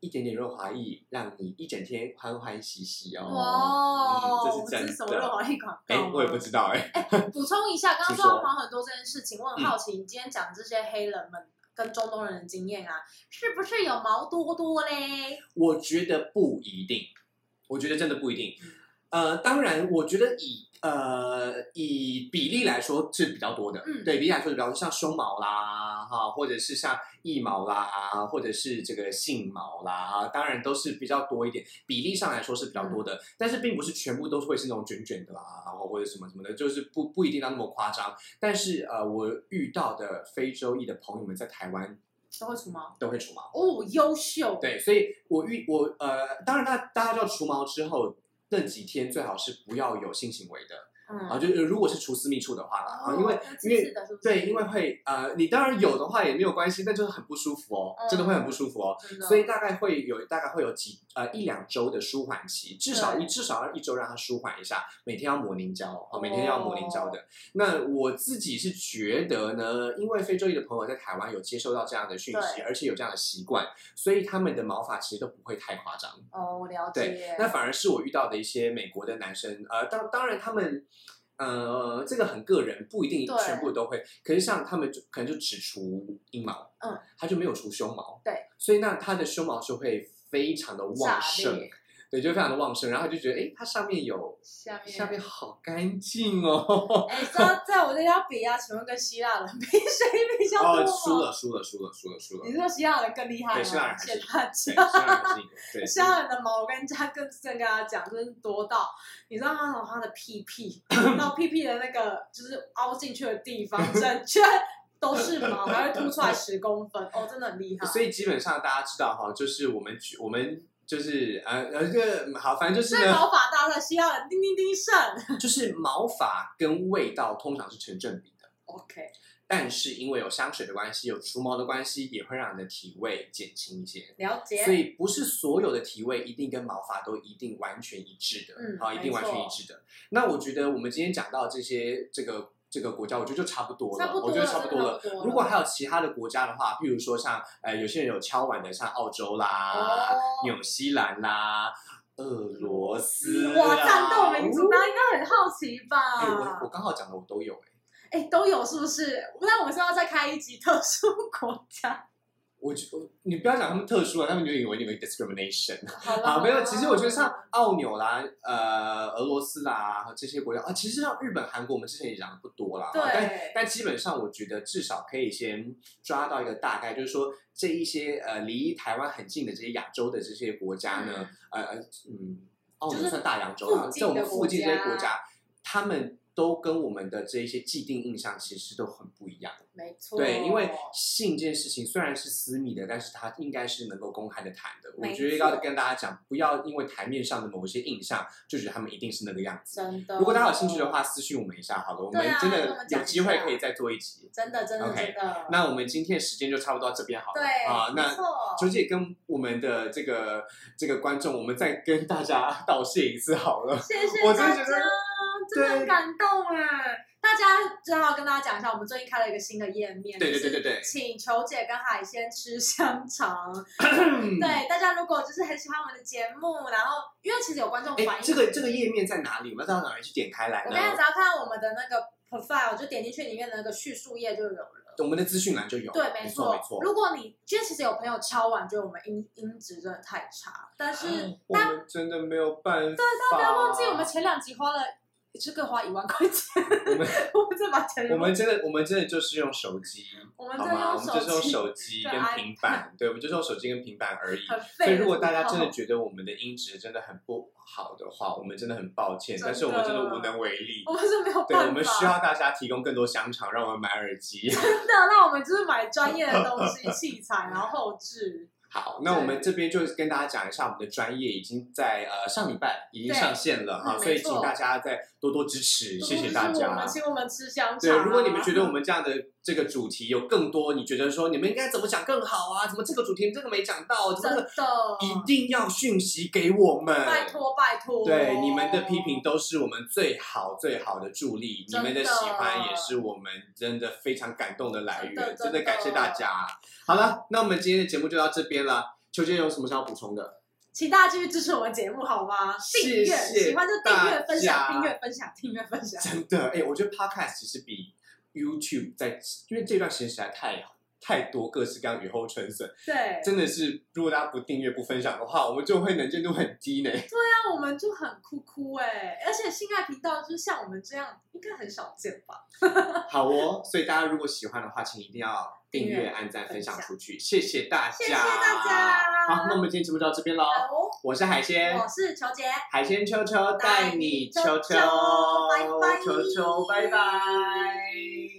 A: 一点点润滑液，让你一整天欢欢喜喜哦。
B: 哇，
A: 嗯，
B: 哦
A: 这
B: 是
A: 是
B: 什
A: 真
B: 么润
A: 的。
B: 滑液广告？哦
A: 哎、我也不知道哎、
B: 补充一下，刚刚
A: 请
B: 说到
A: 说嗯
B: 黄很多这件事情，我很好奇，你今天讲这些黑人们跟中东人的经验啊，是不是有毛多多嘞？
A: 我觉得不一定，我觉得真的不一定。呃，当然，我觉得以呃以比例来说是比较多的，
B: 嗯
A: 对比例来说是比较多，像胸毛啦，哈，或者是像腋毛啦，或者是这个性毛啦，当然都是比较多一点，比例上来说是比较多的，但是并不是全部都会是那种卷卷的啦，然后或者什么什么的，就是不不一定到那么夸张。但是呃，我遇到的非洲裔的朋友们在台湾
B: 都会除毛
A: 都会除毛。
B: 哦，优秀，
A: 对，所以我预我呃，当然大大家知道除毛之后那几天最好是不要有性行为的
B: 嗯，
A: 啊，就是如果是除私密处的话啦，啊，因为
B: 哦那
A: 因
B: 是
A: 为
B: 的是不是
A: 对，因为会呃，你当然有的话也没有关系，但就是很不舒服哦，真的会很不舒服哦。
B: 真的
A: 所以大概会有大概会有几呃一两周的舒缓期，至少
B: 对
A: 一至少要一周让它舒缓一下，每天要抹凝胶哦，每天要抹凝胶的。那我自己是觉得呢，因为非洲裔的朋友在台湾有接收到这样的讯息，
B: 对
A: 而且有这样的习惯，所以他们的毛发其实都不会太夸张。
B: 哦，我了
A: 对
B: 解。
A: 那反而是我遇到的一些美国的男生，呃，当当然他们，呃，这个很个人，不一定
B: 对
A: 全部都会。可是像他们就可能就只除阴毛，
B: 嗯，
A: 他就没有除胸毛，
B: 对，
A: 所以那他的胸毛就会非常的旺
B: 炸
A: 盛
B: 裂，
A: 对，就非常的旺盛。然后就觉得，哎，它上面有
B: 下面
A: 下面好干净
B: (laughs)
A: 哦。
B: 哎，
A: (laughs)
B: 在在我这要比啊，请问跟希腊人比谁比较多
A: 哦，
B: 啊？
A: 输了，输了，输了，输了，输了。
B: 你是 (laughs) 说希腊人更厉害吗？
A: 对希腊人还是
B: 谢
A: 对，
B: 大家。
A: 虽然还是一个
B: (laughs)
A: 对，
B: 希腊人的毛，我跟家跟正跟他讲，真是多到，你知道他从他的屁
A: (coughs)
B: 屁到屁屁的那个就是凹进去的地方，整圈都是毛，还会凸出来十公分，哦，真的很厉害。
A: 所以基本上大家知道哈，就是我们我们就是呃呃这个好，反正就是
B: 所以
A: 呢，
B: 毛发大赛，希腊人叮叮叮胜。
A: 就是毛发跟味道通常是成正比的，
B: OK，
A: 但是因为有香水的关系，有除毛的关系，也会让你的体味减轻一些。
B: 了
A: 所
B: 解。
A: 以不是所有的体味一定跟毛发都一定完全一致的，
B: 嗯
A: 好，一定完全一致的。那我觉得我们今天讲到这些这个这个国家，我觉得就差不多了，
B: 差不多
A: 我
B: 了，
A: 觉得差
B: 真的差
A: 不
B: 不
A: 多
B: 多
A: 了。
B: 了。
A: 如果还有其他的国家的话，譬如说像呃有些人有敲碗的，像澳洲啦、
B: 哦
A: 纽西兰啦、俄罗斯啦，
B: 哇，战斗民族，
A: 哦
B: 大家应该很好奇吧？
A: 啊哎、我我刚好讲的我都有哎、
B: 哎、都有是不是？那我们是要再开一集特殊国
A: (laughs)
B: 家？
A: 我觉我你不要讲他们特殊啊，他们就以为你们 discrimination
B: 好了，
A: 啊，没有。其实我觉得像
B: 上
A: 澳纽啦、呃俄罗斯啦这些国家啊，其实像日本、韩国，我们之前也讲的不多啦，啊但
B: 对，
A: 但基本上，我觉得至少可以先抓到一个大概，就是说这一些呃离台湾很近的这些亚洲的这些国家呢，呃呃嗯，澳
B: 就是
A: 门算大洋洲啊，
B: 附近
A: 在我们
B: 的
A: 附
B: 国
A: 近这些
B: 家
A: 国家，他们都跟我们的这一些既定印象其实都很不一样。
B: 没错，
A: 对，因
B: 哦
A: 为性这件事情虽然是私密的，但是它应该是能够公开的谈的。我
B: 没
A: 觉得要
B: 错
A: 跟大家讲，不要因为台面上的某一些印象，就觉得他们一定是那个样子。
B: 真的，
A: 如果大家有兴趣的，话，私信我们一下好了，我们
B: 对啊
A: 真
B: 跟我
A: 的
B: 们讲
A: 有
B: 一
A: 机会
B: 下
A: 可以再做一集。
B: 真的真的
A: OK，
B: 真的，
A: 那我们今天的时间就差不多到这边好了
B: 对
A: 啊，
B: 没
A: 那。
B: 错，
A: 九姐跟我们的这个这个观众，我们再跟大家 (laughs) 道谢一次好了。
B: 谢谢
A: 我真
B: 大
A: 觉
B: 家，
A: 得
B: 真的很感动哎！大家正好跟大家讲一下，我们最近开了一个新的页面，
A: 对对
B: 就是
A: 对对对
B: 请球姐跟海鲜吃
A: (clears throat)
B: 香肠。对，大家如果就是很喜欢我们的节目，然后因为其实有观众反映
A: 哎，，这个嗯这个页面在哪里？我们要到哪里去点开来
B: 啊我
A: 呢
B: 跟？你只要看到我们的那个 profile，就点进去里面的那个叙述页就有了。
A: 我们的资讯栏就有。
B: 对，
A: 没
B: 错，
A: 没错。
B: 如果你因为其实有朋友敲碗，觉得我们音音质真的太差，但是
A: 啊我们真的没有办法。
B: 不要忘记我们前两集花了这个花一万块钱，
A: 我们
B: (laughs) 我们这把钱
A: 我们真的我们真的就是用手机，
B: 我们
A: 好
B: 真的
A: 吗？我们就是用
B: 机，
A: 手机
B: 对
A: 跟
B: iPad
A: 平板，对，我们就是用手机跟平板而已。
B: 很
A: 所
B: 费
A: 以，
B: 的
A: 如果大家
B: 时候
A: 真的觉得我们的音质真的很不好的话，我们真的很抱歉，
B: 真的
A: 但是我们真的无能为力。
B: 我们是没有
A: 对，我
B: 办
A: 们需
B: 法，
A: 要大家提供更多香肠，让我们买耳机。
B: 真的，那我们就是买专业的东西、器材，然后后置。
A: 好，那我们这边就跟大家讲一下，我们的专业已经在呃上礼拜已经
B: 对
A: 上线了哈，
B: 嗯
A: 所以
B: 没错
A: 请大家再多多支持，谢谢大
B: 就是
A: 家。
B: 我们请我们吃香肠、
A: 对，
B: 啊。
A: 如果你们觉得我们这样的这个主题有更多，你觉得说你们应该怎么讲更好啊？怎么这个主题这个没讲到？怎么、
B: 真
A: 这
B: 的
A: 个、一定要讯息给我们？
B: 啊拜。托拜托，
A: 对你们的批评都是我们最好最好的助力，你
B: 真的
A: 们的喜欢也是我们真的非常感动的来源，
B: 真的
A: 真
B: 真的
A: 感谢大家。好了，那我们今天的节目就到这边了。秋姐有什么想要补充的？
B: 请大家继续支持我们节目好吗？订阅
A: 谢谢
B: 喜欢就订阅、分
A: 大
B: 享、
A: 家
B: 订阅、分享、订阅、分享。
A: 真的，哎、我觉得 podcast 其实比 YouTube 在，因为这段时间实在太太多各式各样雨后春笋，
B: 对，
A: 真的是，如果大家不订阅、不分享的话，我们就会能见度很低
B: (laughs)
A: 呢。
B: 那我们就很酷酷哎、而且性爱频道就是像我们这样，应该很少见吧？
A: 好哦，所以大家如果喜欢的话，请一定要订
B: 订
A: 阅、
B: 阅
A: 按赞、分
B: 分
A: 享
B: 享
A: 出去，谢谢大家，
B: 谢谢大家
A: 好，那我们今天节目就到这边喽。
B: 好，
A: 我是海鲜
B: 呃我，是球姐，
A: 海鲜秋秋带你秋秋，
B: 带你秋秋拜拜
A: 秋秋，拜拜。